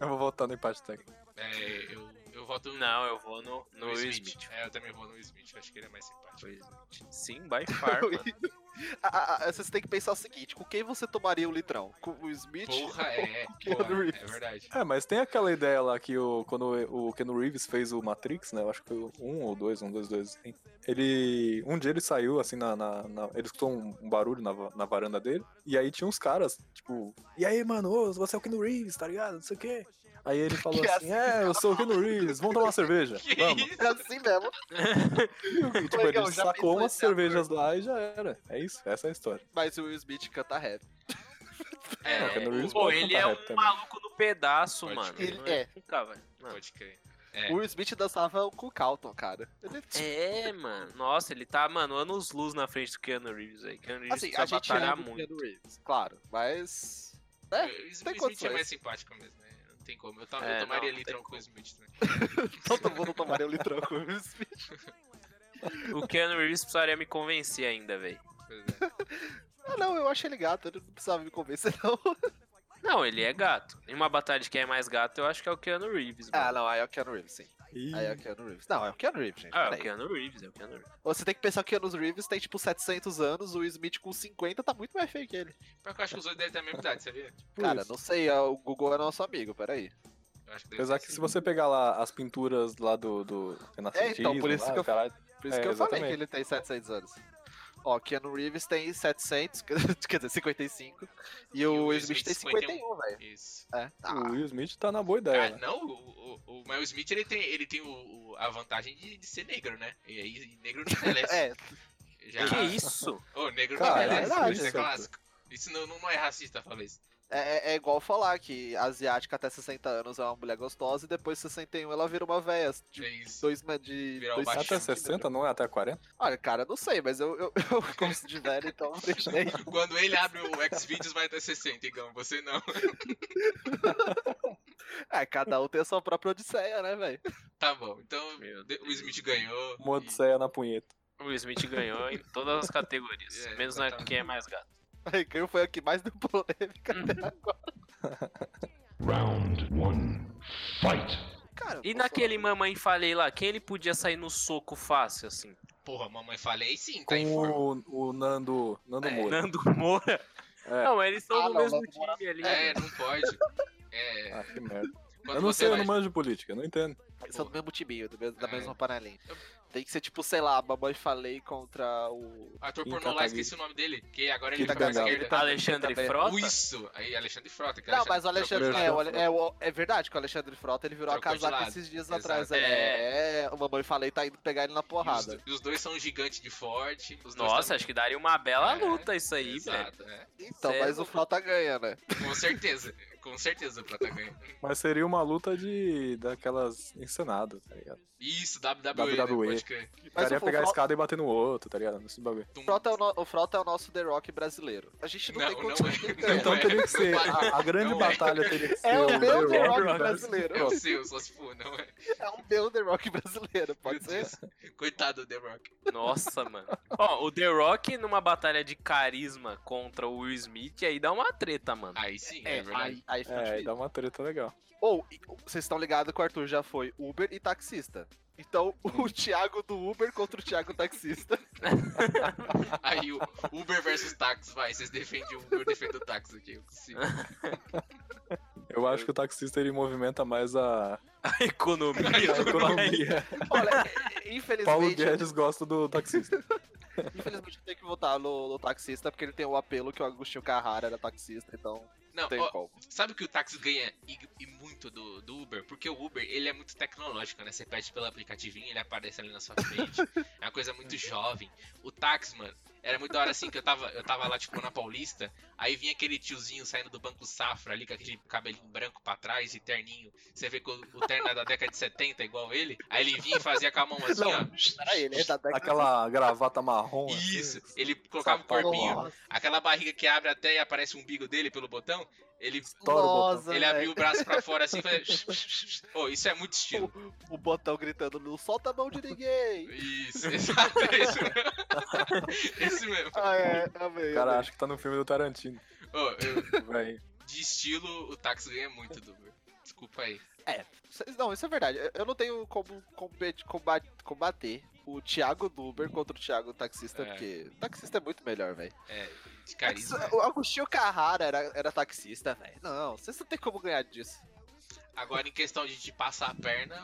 B: Eu vou voltar no empate técnico.
A: É, eu, eu voto no,
C: Não, eu vou no, no
A: no
C: Will
A: Smith.
C: Smith.
A: É, eu também vou no Smith, acho que ele é mais simpático.
C: Sim,
D: <laughs>
C: by far, mano.
D: Ah, ah, ah, vocês têm que pensar o seguinte, com quem você tomaria o litrão? Com o Smith? <laughs>
A: Porra, é.
D: O Keanu
A: Porra, é
D: Reeves. <laughs>
A: verdade.
B: É, mas tem aquela ideia lá que o, quando o Keanu Reeves fez o Matrix, né? Eu acho que foi um ou dois, um, dois, dois. assim. Ele. Um dia ele saiu, assim, na. na, na- ele escutou um, um barulho na, va- na varanda dele. E aí tinha uns caras, tipo. E aí, mano, ô, você é o Keanu Reeves, tá ligado? Não sei o quê. Aí ele falou
D: <laughs> Que
B: assim: É, eu sou o Keanu Reeves, vamos tomar uma
D: <laughs>
B: cerveja.
A: Que
B: Vamos.
A: isso?
D: É assim mesmo.
B: E, tipo,
D: Legal,
B: ele
D: já
B: sacou
D: pensou
B: umas
D: esse ator.
B: cervejas lá e já era. É isso, essa é a história.
D: Mas o Will Smith canta rap.
A: É,
B: o Keanu Reeves
C: Pô,
B: pode
C: ele
B: cantar
C: é
B: rap
C: um
B: também.
C: maluco no pedaço,
A: Pode
C: mano.
A: crer.
D: Ele
C: Não
D: é.
C: nunca, velho. Não.
A: Pode crer. É.
D: O Will Smith dançava com o Calton, cara. Ele
C: É, mano. Nossa, ele tá, mano, anos luz na frente do Keanu Reeves aí. Keanu Reeves
D: Assim, a
C: precisa
D: gente
C: batalhar
D: ama o
C: muito.
D: Keanu Reeves, claro, mas. É,
A: o Smith é
D: tem
A: mais
D: condições.
A: simpático mesmo, né? Não tem como. Eu, to-
C: É,
A: eu
C: não,
A: tomaria
C: não
A: litrão
C: tem
A: com o Smith também.
D: <laughs> Todo mundo tomaria um litrão com o Will Smith.
C: O Keanu Reeves precisaria me convencer ainda, velho.
A: Pois é.
D: Ah, não, eu achei ele gato, ele não precisava me convencer, não.
C: Não, ele é gato. Em uma batalha de quem é mais gato, eu acho que é o Keanu Reeves, mano.
D: não, aí é o Keanu Reeves, sim.
B: Ih,
D: Aí é o Keanu Reeves. Não, é o Keanu Reeves, gente.
C: Ah, é o
D: peraí.
C: Keanu Reeves, é o Keanu Reeves.
D: Você tem que pensar que o Keanu Reeves tem tipo 700 anos, o Will Smith com 50 tá muito mais feio que ele.
A: Mas eu acho que os dois devem ter a mesma idade, sabia?
B: por
D: cara,
B: isso.
D: não sei, ó, o Google é nosso amigo, peraí.
A: Eu acho que deve
B: Apesar
A: ter
B: que se
A: sim.
B: você pegar lá as pinturas lá do, do renascentismo,
D: então, por isso
B: lá,
D: que eu-
B: caralho,
D: Por isso
B: É,
D: que eu falei
B: exatamente.
D: que ele tem 700 anos. Ó, Keanu Reeves tem 700, <laughs> quer dizer, 55. E, o Will Smith, tem 51, velho.
A: Isso.
D: É. Ah,
B: o Will Smith tá na boa ideia,
A: Ah,
B: né?
A: não, o, o, o Mel Smith ele tem, ele tem o, o- a vantagem de, de ser negro, né? E aí e negro não envelhece.
D: <laughs> é,
A: Já...
C: Que isso?
A: Ô, negro
B: Cara,
A: não
B: é
A: envelhece,
B: verdade,
A: isso é
B: Santo.
A: clássico. Isso não, não, não é racista falar isso.
D: É, é- é igual falar que asiática até 60 anos é uma mulher gostosa e depois de 61 ela vira uma véia de
A: É isso.
D: dois, ma- de
A: Virar
D: dois
A: uma
B: Até
A: baixinho,
D: centímetros.
B: 60, não é até 40?
D: Olha, cara, não sei, mas eu, <laughs> eu, eu gosto de velho, então deixa aí.
A: Quando ele abre o Xvideos vai até 60, Igão, você não. <laughs>
D: É, cada um tem a sua própria odisseia, né, velho? <laughs>
A: Tá bom, então
C: Meu
A: de- o Smith ganhou.
B: Uma odisseia é na punheta.
C: O Will Smith ganhou em todas as
A: <laughs>
C: categorias,
A: É,
C: menos na
A: exatamente.
C: quem é mais gato.
D: Aí quem foi o que mais deu polêmica até
B: Uhum.
D: agora.
G: Round one. Fight.
D: Cara,
C: E
D: Bolsonaro-
C: naquele mamãe falei lá, quem ele podia sair no soco fácil, assim?
A: Porra, mamãe falei sim, tá em
B: Com
A: forma. É.
B: o, o Nando, Nando Moura.
C: Nando Moura?
B: É.
C: Não, eles estão
D: É. Ah,
C: no
D: não,
C: mesmo
D: Nando
C: time ali.
D: tá
A: É, não pode. É,
B: Ah, que merda.
A: <laughs> quando
B: Eu não
A: você
B: sei, eu
A: vai...
B: não manjo de política, eu não entendo.
D: São do mesmo timinho, do mesmo- da
A: É.
D: mesma panelinha. Tem que ser tipo, sei lá, mamãe falei contra o.
A: Ator
B: Quem
A: pornô
B: tá
A: lá, esqueci o nome dele, que agora ele
B: Quem tá
A: fica mais
B: cagado?
A: esquerda.
C: Alexandre
D: Tá bem.
C: Frota?
A: Isso! Aí, Alexandre Frota. que
D: Não, mas o Alexandre.
B: Frota.
D: É, o Ale- é, o- é verdade que o Alexandre Frota ele virou
A: Trocou
D: a
A: de lado.
D: casaca esses dias
A: Exato.
D: atrás. É, é, o mamãe falei tá indo pegar ele na
A: E os,
D: porrada.
A: do- e os dois são gigantes de forte. Os dois
C: Nossa, acho que daria uma bela
A: É,
C: luta isso aí, velho.
A: Exato, é.
D: Então,
C: Cê é
D: mas o
C: louco.
D: Frota ganha, né?
A: Com certeza. Com certeza o prata ganha.
B: Mas seria uma luta de. daquelas encenadas, tá ligado?
A: Isso, WWE, né?
B: WWE.
A: Pode crer.
B: O
D: Mas
B: cara ia
D: o
B: pegar a
D: Frota-
B: escada e bater no outro, tá ligado? Nesse bagulho.
A: Tum.
D: O Frota, é o no- o Frota é o nosso The Rock brasileiro. A gente não,
A: Não,
D: tem
A: não
D: condições
A: é.
D: de ganhar.
A: Não
B: Então teria que ser. A, a grande
A: Não é.
B: batalha
A: <laughs>
B: teria que ser.
D: É o meu The
B: The
D: Rock
B: Rock
A: Eu
D: brasileiro.
A: sei, eu É só se for, não é?
D: É o meu The Rock brasileiro, pode
A: Meu
D: ser?
A: Deus. Coitado do The Rock.
C: Nossa, mano. Ó, o The Rock numa batalha de carisma contra o Will Smith, aí dá uma treta,
A: <laughs>
C: mano.
A: Aí sim, é,
D: É,
A: verdade.
D: aí, aí fica
B: É,
D: difícil.
B: dá uma treta legal.
D: Ou, e- vocês estão ligados que o Arthur já foi Uber e taxista. Então,
B: Uhum.
D: o Thiago do Uber contra o
B: <laughs>
D: Thiago taxista.
A: Aí o Uber versus táxi, vai. Vocês defendem o Uber, eu defendo o táxi aqui. Eu
C: <laughs>
A: consigo.
B: Eu acho que o taxista ele movimenta mais
A: <laughs>
B: a,
C: A economia.
B: a economia.
D: Olha,
B: Paulo
D: infelizmente,
B: Guedes gosta do taxista.
D: infelizmente eu tenho que votar no, no taxista, porque ele tem o apelo que o Agostinho Carrara era taxista, então
A: Não,
D: não tem
A: ó,
D: como.
A: Sabe que o táxi ganha e, e muito do, do Uber? Porque o Uber, ele é muito tecnológico, né? Você pede pelo aplicativinho, ele aparece ali na sua frente. É uma coisa muito jovem. O táxi, mano, era muito da hora assim que eu tava, eu tava lá, tipo, na Paulista, aí vinha aquele tiozinho saindo do banco safra ali com aquele cabelinho branco pra trás e terninho. Você vê que o, o terno é da década de 70, igual ele. Aí ele vinha e fazia com a mão assim, ó.
D: Era ele, ele tá
B: Aquela gravata marrom. assim.
A: Isso, ele colocava o
B: Sapato.
A: corpinho, aquela barriga que abre até e aparece o umbigo dele pelo botão, ele
B: Estoura o botão.
D: Nossa,
A: Ele abriu
D: velho.
A: o braço pra fora assim e fazia. oh, isso é muito estilo.
D: o botão gritando, não solta a mão
A: <laughs>
D: de ninguém.
A: Isso, exato, é isso mesmo. Esse mesmo.
D: Ah, é, amei.
B: O cara
D: amei.
B: acho que tá no filme do Tarantino.
A: Ô, eu-
B: Vai.
A: de estilo, o táxi ganha muito do Uber. Desculpa aí.
D: Cês- Não, isso é verdade. Eu- Eu não tenho como compete- comba- combater o Thiago do Uber contra o Thiago taxista,
A: É.
D: porque o taxista é muito melhor, velho.
A: É, de carisma.
D: O Agostinho Carrara era, era taxista, velho. Não, vocês não tem como ganhar disso.
A: Agora, em questão de te passar a perna,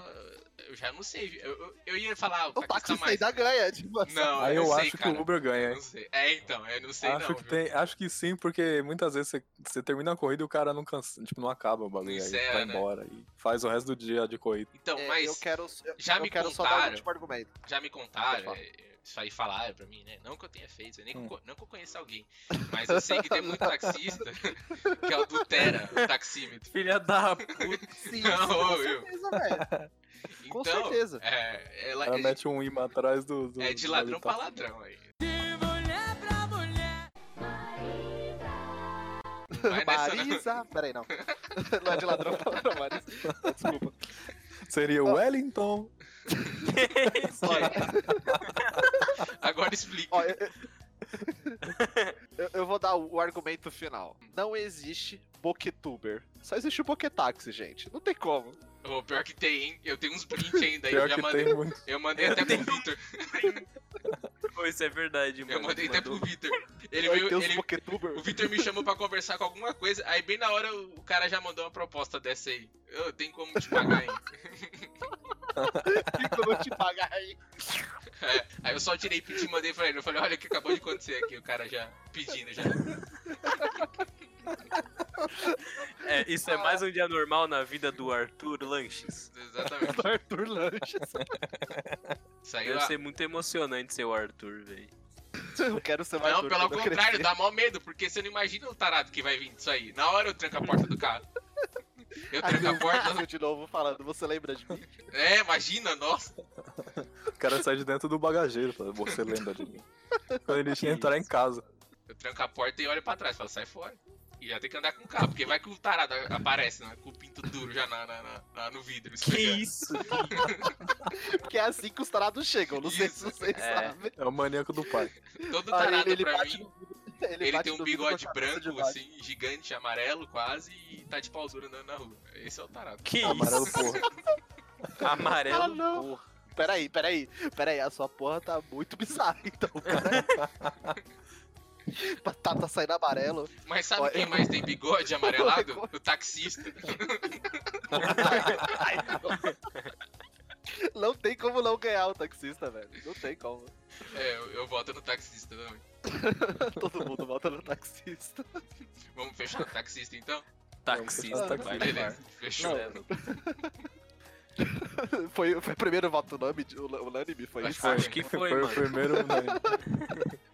A: eu já não sei. viu? Eu, eu, eu ia falar, o
D: O
A: táxi
D: taxista
A: mais.
D: ainda ganha, tipo assim.
A: Não,
B: Aí eu
A: não sei,
B: acho que
A: cara.
B: o Uber ganha,
A: Eu
B: hein?
A: Não sei. É, então, eu não sei
B: acho,
A: não.
B: que
A: viu?
B: tem, acho que sim, porque muitas vezes você, você termina a corrida e o cara não cansa, tipo, não acaba o bagulho. Aí
A: encerra,
B: vai
A: né?
B: embora e faz o resto do dia de corrida.
A: Então,
D: É,
A: mas
D: eu quero, eu,
A: já
D: eu
A: me
D: quero só dar
A: contaram.
D: o último argumento.
A: <laughs> já me contaram,
D: Pode
A: é, é, isso aí falaram pra mim, né? Não que eu tenha feito, eu nem
B: Hum.
A: co- não que eu conheça alguém. Mas eu sei que tem
B: <laughs>
A: muito taxista <laughs> que adultera o taxímetro.
C: Filha da puta.
D: Sim,
A: Não,
D: com
A: eu-
D: certeza, velho.
A: Então,
D: Com certeza.
A: É, ela-
B: O cara
A: é-
B: mete um imã atrás do. do
A: é de
B: do tá.
A: ladrão pra
B: taxista.
A: ladrão aí. Vai É nessa, não. <laughs>
D: Marisa. Peraí, não. <laughs> Não é de ladrão, não, Marisa. Desculpa.
B: Seria o Wellington.
D: Olha,
A: <laughs> Agora explica.
D: Ó, eu, <laughs> eu- eu vou dar o argumento final. Não existe Booktuber. Só existe o Booketaxi, gente. Não tem como.
A: Ô, pior que tem, hein? Eu tenho uns prints ainda aí.
B: Pior
A: Eu já
B: que
A: mandei,
B: tem muito.
A: eu mandei até pro Vitor.
C: Pô, Isso é verdade, mano.
A: Eu mandei até pro
C: Mandou-
A: Vitor. Ele
D: Vai
A: veio.
D: ter os
A: ele- <laughs>
D: Booktuber.
A: O Vitor me chamou pra conversar com alguma coisa, aí bem na hora o o cara já mandou uma proposta dessa aí. Eu tenho como te pagar aí.
D: Fica, eu vou te
A: <laughs>
D: pagar aí.
A: <laughs> É, aí eu só tirei print e mandei pra ele. Eu falei, olha o que acabou de acontecer aqui, o cara já pedindo já.
C: É, isso é mais um dia normal na vida do Arthur Lanches.
A: Exatamente.
D: Do Arthur Lanches.
A: Isso aí
C: Deve
A: eu,
C: ser muito emocionante ser o Arthur, velho.
D: <laughs> Eu quero ser o
A: Não,
D: Arthur.
A: pelo
D: quando eu
A: contrário,
D: crescer.
A: dá mó medo, porque você não imagina o tarado que vai vir disso aí. Na hora eu tranco a porta do carro. Eu
D: Aí
A: tranco a
D: eu
A: porta.
D: fico de novo falando, você lembra de mim? <laughs>
A: É, imagina, nossa.
B: O cara sai de dentro do bagageiro. fala, Você lembra de mim? Quando ele entrar em casa.
A: Eu tranco a porta e olho pra trás, falo, sai fora. E já tem que andar com o carro, porque vai que o tarado aparece, né? Com o pinto duro já na, na- na- na- no vidro.
C: Que
A: esfregando.
C: isso?
D: Porque é assim que os tarados chegam, não sei se
A: Isso,
D: vocês
C: é.
D: sabem.
B: É o maníaco do pai.
A: Todo
D: Aí
A: tarado
D: ele
A: pra
D: bate
A: mim,
D: Ele,
A: ele,
D: bate
A: tem um
D: no vidro com a
A: bigode
D: cabeça de
A: branco,
D: baixo.
A: assim, gigante, amarelo quase, e tá de pau duro andando na rua. Esse é o tarado.
C: Que
B: Amarelo
C: isso?
B: porra.
C: <laughs> Amarelo,
D: Ah, não.
C: porra.
D: Peraí, peraí, peraí, a sua porra tá muito bizarra, então, <laughs> cara. tá, tá saindo amarelo.
A: Mas sabe
D: Ó,
A: quem
D: eu-
A: mais
D: <laughs>
A: tem bigode amarelado? O taxista.
D: Não tem como não ganhar o taxista, velho. Não tem como. <laughs>
A: É, eu, eu voto no taxista também.
D: Todo mundo volta no taxista.
A: Vamos fechar
D: <laughs>
A: o taxista então?
C: Taxista,
B: Vamos
C: vai
B: fechar o
C: levar.
A: Beleza, fechou.
D: Foi, foi o primeiro voto unânime, de- ula- unânime foi
A: Acho
D: isso?
A: que
C: Acho que foi,
B: Foi o
C: mano.
B: primeiro. né?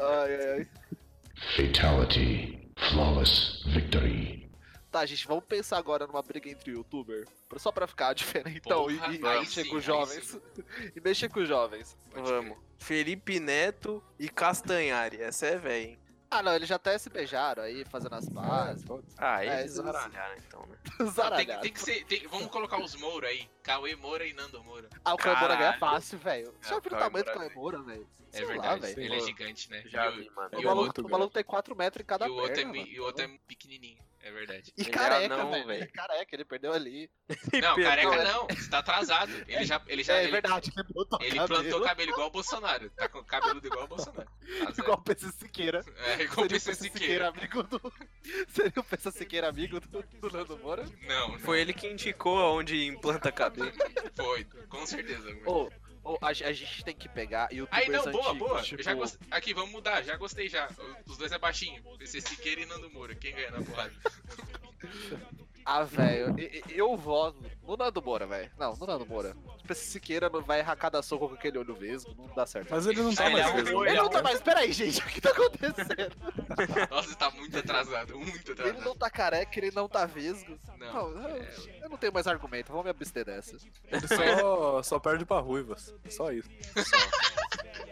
D: Ai, ai, ai.
G: Fatality. Flawless victory.
D: Tá, gente, vamos pensar agora numa briga entre youtuber. pra- Só pra ficar <laughs> diferentão e,
A: Porra,
D: e
A: aí
D: mexer
A: sim,
D: com os
A: aí
D: jovens. <laughs> e mexer com os jovens.
A: Pode crer.
I: Vamos. Felipe Neto e Castanhari. Essa é velha, hein?
D: Ah, não, eles já até se beijaram aí, fazendo as pazes.
C: Ah,
D: É,
C: eles
D: isso-
C: zaralharam então, né?
A: Não, tem, que-
D: <laughs> Zaralhado.
A: tem que ser. tem- vamos colocar os Moura aí. Cauê Moura e Nando Moura.
D: Ah, o Caio Moura ganha
C: Caralho.
D: fácil, velho.
C: É,
D: Você já viu o
C: Caio
D: tamanho do
C: Moura
D: Caio Moura, velho?
A: É
D: Sei lá,
A: verdade.
D: velho.
A: ele é
C: Pô,
A: gigante, né?
C: Já
A: E o-
C: vi, mano.
A: E
D: O
A: o
D: maluco,
A: outro-
D: o maluco tem 4 metros em cada
A: E o outro, é,
D: perna,
A: mi-
D: mano.
A: e o outro é pequenininho. É
D: <laughs>
A: verdade.
D: E
C: Ele é
D: careca,
C: anão,
D: velho.
C: velho.
D: Ele é careca, ele perdeu ali.
A: Não,
C: perdão,
A: careca
D: é.
A: não. Você tá atrasado. Ele já. Ele já
D: é,
A: ele,
D: verdade, ele botou
A: ele plantou cabelo igual o Bolsonaro. Tá com cabeludo igual o Bolsonaro. Tá zero.
D: Igual o PC Siqueira.
A: É, igual o
D: Seria o
A: PC
D: PC
A: Siqueira.
D: Siqueira amigo do... <laughs> Seria o PC Siqueira amigo do, do Nando Moura?
A: Não,
C: é-
A: não.
I: Foi ele que indicou aonde implanta cabelo.
A: Foi, com certeza. mano.
D: Ô, ô, a, a gente tem que pegar e o
A: Aí não, boa,
D: antigos,
A: boa.
D: Tipo,
A: Eu já gostei. Aqui, vamos mudar. Já gostei já. Os dois é baixinho. PC Siqueira e Nando Moura. Quem ganha na porrada?
D: Ah, velho, e- e- eu voto no Nando Moura, velho. Não, no Nando Moura. O PC Siqueira não vai arrancar da soco com aquele olho vesgo, não dá certo.
B: Mas ele não tá
A: Ah, ele
B: mais
A: arrumou,
B: preso.
A: ele
D: Ele não tá mais. Peraí, gente, <laughs> o que tá acontecendo?
A: Nossa, tá muito atrasado. Muito
D: Ele
A: atrasado.
D: não tá careca, ele não tá vesgo.
A: Não. é,
D: Não, eu, eu não tenho mais argumento, vamos me abster dessa.
B: Ele só, só perde pra ruivas. Só isso.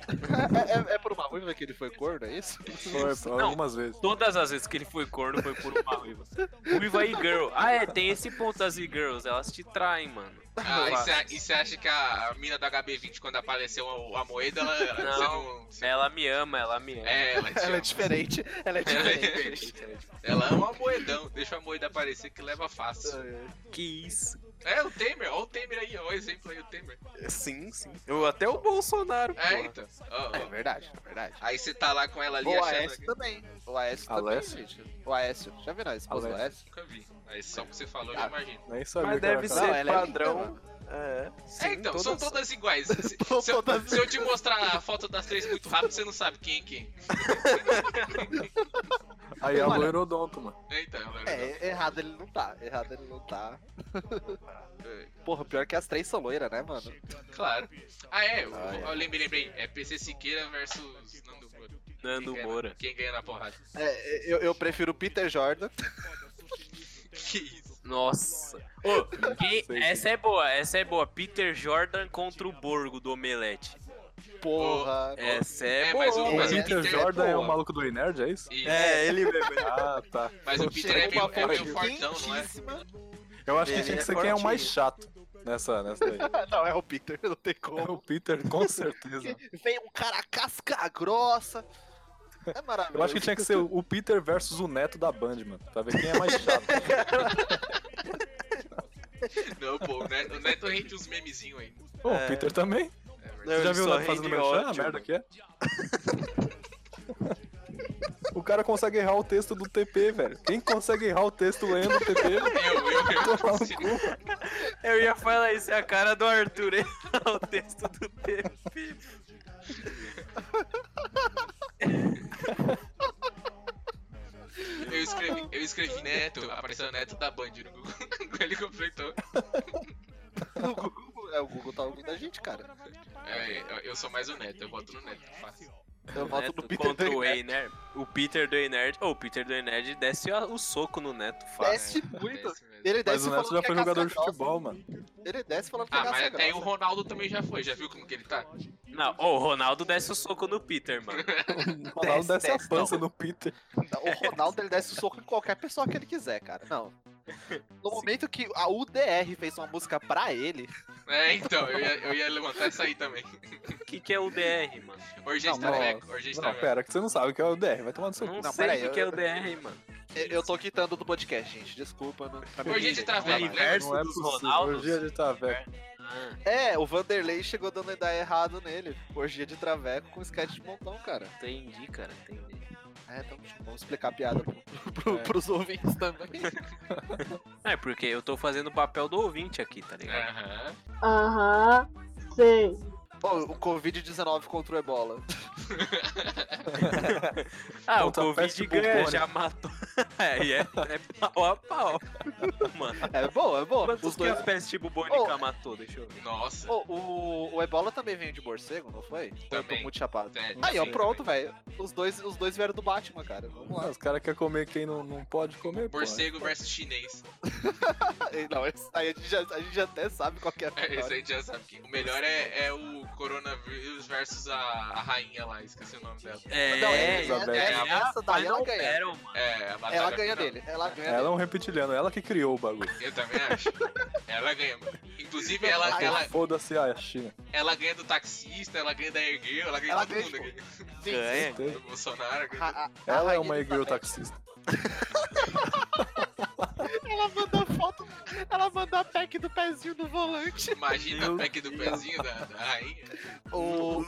D: É, é- é por uma ruiva que ele foi corno, é isso?
A: <laughs>
B: Só, só algumas vezes.
C: Todas as vezes que ele foi corno foi por uma ruiva. Ruiva e girl. Ah, é, tem esse ponto das e-girls. Elas te traem, mano.
A: Ah, e cê- e você acha que a, a mina da HB20, quando apareceu a, a moeda, ela. ela- cê
C: Não.
A: cê-
C: Ela me ama, ela me ama.
A: É, ela, te
D: Ela é
A: ama.
D: diferente, ela é
A: Ela é
D: diferente.
A: diferente. Ela ama o moedão. Deixa a moeda aparecer que leva fácil.
C: Que isso.
A: É, o Temer. Olha o Temer aí. Olha o exemplo aí, o Temer.
I: Sim, sim. Eu, até o Bolsonaro, pô.
A: É, então. Ó,
D: É
A: ó.
D: verdade, é verdade.
A: Aí você tá lá com ela ali
D: O
A: achando.
D: Aécio
A: que-
D: também. O Aécio
B: Alessio?
D: também, gente. O Aécio. Já viu a esposa do Aécio?
A: Nunca vi. Aí só o que você falou, eu já
D: Ah.
A: imagino.
B: Nem sabia
I: Mas
B: que era
I: deve
B: cara.
I: ser
D: ela é linda,
I: padrão.
D: mano.
I: É, sim,
A: É, então, são todas
D: <laughs>
A: iguais. Se, se
D: São
A: eu,
D: todas
A: se eu te mostrar a foto das três muito rápido, você não sabe quem é quem.
B: Aí é
D: Olha.
B: loirodonto, mano.
A: Eita, ela-
D: É, errado ele não tá. Errado ele não tá. Porra, pior é que as três são loiras, né, mano?
A: É, Claro. Ah, é, eu,
D: Ah, é.
A: eu lembrei, lembrei. É PC Siqueira versus Nando Moura.
C: Nando
A: Quem ganha na-
C: Moura.
A: Quem ganha na porrada? <laughs>
D: É, eu, eu prefiro o Peter Jordan.
A: Que isso?
C: Nossa.
I: <laughs>
C: Ô, quem-
B: Sei,
C: Essa é boa, essa é boa. Peter Jordan contra o Borgo do Omelete.
D: Porra.
C: Essa é,
A: É,
C: boa.
A: mas o-
B: O
A: Mas o
B: Peter
A: Peter é
B: Jordan é o
D: boa.
B: maluco do Inerd, é isso?
A: Isso.
I: É, ele mesmo.
B: <laughs> Ah, tá.
A: Mas o Peter é meio,
D: Chegou uma
A: é meio
D: foto
A: fortão, não é?
D: quentíssima.
B: Eu acho que
I: Ele
B: tinha que
I: é
B: ser quem é o mais
I: fortinho.
B: chato nessa, nessa daí.
D: Não, é o Peter, não tem
B: É
D: como.
B: o Peter, com certeza.
D: Vem um cara casca grossa. É maravilhoso.
B: Eu acho que tinha que ser o Peter versus o Neto da Band, mano. Pra ver quem é mais
I: <laughs>
B: chato.
A: Não, pô, o Neto, o Neto rende uns memezinhos
D: <laughs>
A: aí.
B: Ô,
I: É.
B: o Peter também. Você já viu o Neto fazendo merchan? A merda que é. <laughs> O cara consegue errar o texto do TP, velho. Quem consegue errar o texto lendo
I: <laughs>
B: o TP,
A: Eu, eu, eu. Se-
I: Eu ia falar isso, é a cara do Arthur,
C: <laughs>
I: hein? o texto do TP.
A: Eu
D: <laughs>
A: escrevi, eu escrevi Neto, apareceu Neto da Band no Google. <laughs> Ele completou.
D: o Google. É, o Google tá ouvindo a gente, cara.
A: É, eu- eu sou mais o Neto, eu boto no Neto, fácil.
D: Eu voto
C: Neto
D: no Peter
C: contra o
D: Jordan.
A: né?
C: Einer. O Peter do Einerd. Ô, o Peter do Einerd desce a- o soco no Neto,
D: Desce
C: fácil.
A: né?
D: muito.
A: Desce mesmo.
D: Ele
B: Mas
D: desce
B: o Neto
D: falando
B: já
D: que é
B: foi jogador de
D: casca grossa.
B: futebol, mano.
D: Ele desce falando que é
A: Ah, mas
D: casca
A: até aí o
D: grossa.
A: Ronaldo também já foi, já viu como que ele tá?
C: Não, ô, o Ronaldo desce o soco no Peter, mano.
B: O Ronaldo
I: Desce,
B: desce a
I: desce,
A: então.
B: pança no Peter.
D: O Ronaldo ele desce o soco em qualquer pessoa que ele quiser, cara. Não. No momento que a UDR fez uma música pra ele,
A: É, então, eu ia, eu ia levantar isso aí também.
C: O que, que é o DR, mano?
A: Urgente
B: Não,
A: Traveco, Urgente
B: Não,
A: Traveco.
B: pera, que você não sabe o que é o DR. Vai tomar no seu cu.
C: Não,
D: Não,
C: sei
D: peraí,
C: o que, que é
D: eu-
C: o DR, mano.
D: eu, eu tô quitando do podcast, gente. Desculpa. Não... pra mim-
A: Urgente Traveco, né?
C: Universo
B: Não é
C: dos
B: possível.
C: Ronaldos.
B: Hoje ele
D: né?
B: tá velho.
C: Ah,
D: É, o Vanderlei chegou dando a dar errado nele. Orgia de traveco com sketch de montão, cara.
C: Entendi, cara, entendi.
D: É, então vamos explicar a piada pro,
A: É.
D: pro, pros ouvintes também.
C: É, porque eu tô fazendo o papel do ouvinte aqui, tá
A: É.
C: ligado?
A: Aham.
J: Aham, sei.
D: Bom, o Covid-19 contra o Ebola.
C: Ah, o
B: Contra a
C: Covid
B: peste
C: ganha,
B: bubônica.
C: já matou. <laughs> É, e é, é pau a pau. <laughs> Mano,
D: É bom, é bom.
C: quantos
D: Os
C: que é?
D: dois.
A: é-
C: a peste bubônica
D: Oh.
C: matou? Deixa eu ver.
A: Nossa.
D: Ô, o, o ebola também veio de morcego, não foi? Ou Eu tô
A: Também.
D: muito chapado.
A: É,
D: Aí, ó,
A: sim,
D: pronto, velho. Os dois, os dois vieram do Batman, cara. Vamos
B: Ah,
D: lá.
B: os caras querem comer quem não, não pode comer, pô.
A: Morcego versus chinês.
D: Não, esse aí a gente já, a gente já até sabe qual que é a
A: É, esse
D: vitória.
A: aí já sabe que o melhor é, é o coronavírus versus a, a rainha lá, esqueci o nome dela.
C: É,
D: Não, é,
B: Elizabeth.
D: é,
A: É,
D: essa daí ela
C: Final
D: ganha.
C: Battle, mano.
A: É, a batalha
D: Ela ganha
A: final.
D: dele. Ela ganha
B: Ela é
D: dele.
B: um reptiliano, ela que criou o bagulho.
A: Eu também
D: <laughs>
A: acho. ela ganha, mano. Inclusive, ela,
D: Ai,
A: ela,
B: Então, Foda-se a China.
A: ela ganha do taxista, ela ganha da ergueu, ela ganha
D: Ela
A: de todo
D: ganha
A: mundo
D: de
A: aqui.
D: Sim,
C: <laughs> Ganha.
D: sim.
A: Do Bolsonaro. né? ganha
D: A- a- a
B: Ela é
D: rainha
B: uma
D: do
B: igreja
D: tapete.
B: taxista.
D: Ela manda foto, ela manda a pack do pezinho no volante.
A: Imagina
C: Meu
A: a pack do pezinho da, da rainha.
D: O...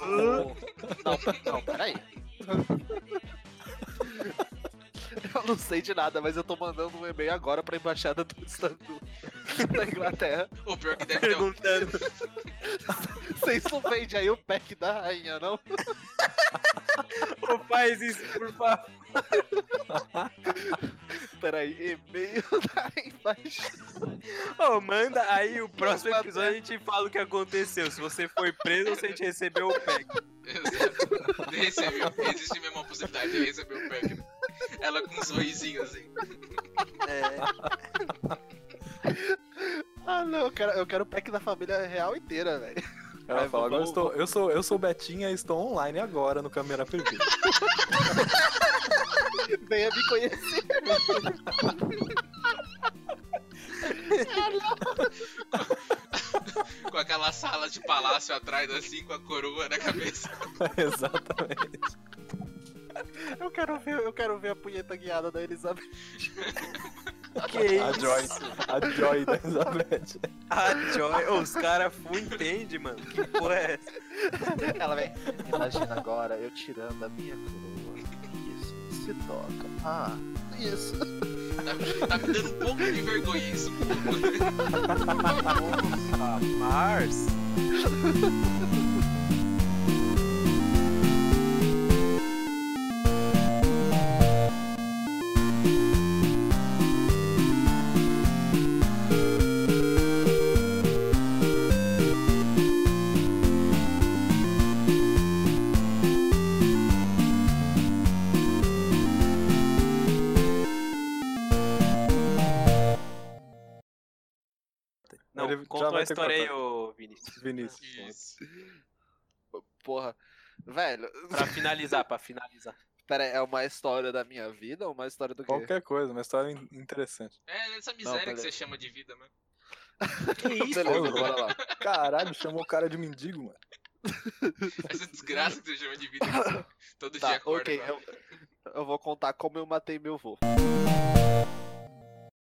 D: Não, não, peraí. Eu não sei de nada, mas eu tô mandando um e-mail agora pra embaixada do Istambul, da Inglaterra.
A: O pior que deve ter um-
C: Perguntando.
D: Vocês não vendem aí o pack da rainha, não?
C: Não faz isso, por favor.
D: Peraí, e-mail <laughs> da embaixada.
C: Ô, manda aí o próximo episódio a gente fala o que aconteceu. Se você foi preso, você te recebeu o pack.
A: Exato. De receber- um, Existe mesmo a possibilidade de receber o pack. né? Ela com um sorrisinho assim.
D: Ah, não, eu quero, eu quero o pack da família real inteira, velho.
B: Ela
C: Vai,
B: fala, agora
C: vamos-
B: estou, eu, sou, eu sou Betinha e estou online agora no câmera <laughs> privada.
D: <laughs> Venha me conhecer.
A: Com aquela sala de palácio atrás, assim, com a coroa na cabeça.
B: Exatamente.
D: Eu quero ver, eu quero ver a punheta guiada da Elizabeth.
C: Que
B: A
C: isso?
B: Joy. A Joy da Elizabeth.
C: A Ah, Joy. Ô, os caras full entende, mano. Que porra é essa?
D: Ela vem. Imagina agora eu tirando a minha coroa. Isso, se toca. Ah, isso.
A: Tá, tá me dando um pouco de vergonha isso.
C: Nossa, Mars. Não,
B: Ele já
C: conta uma
B: vai ter
C: história aí,
B: cortado.
C: ô Vinícius.
B: Vinícius.
A: Isso.
D: Porra. Velho,
C: Pra finalizar, pra finalizar.
D: pera aí, é uma história da minha vida ou uma história do quê?
B: Qualquer coisa, uma história in- interessante.
A: É essa miséria que
D: beleza.
A: você chama de vida, né? mano.
C: Que isso?
D: Beleza, bora lá.
B: Caralho, chamou o cara de mendigo, mano.
A: Essa desgraça que você chama de vida.
D: <laughs>
A: que você Todo dia
D: Tá,
A: acorda.
D: ok,
A: com ela.
D: eu, eu vou contar como eu matei meu vô.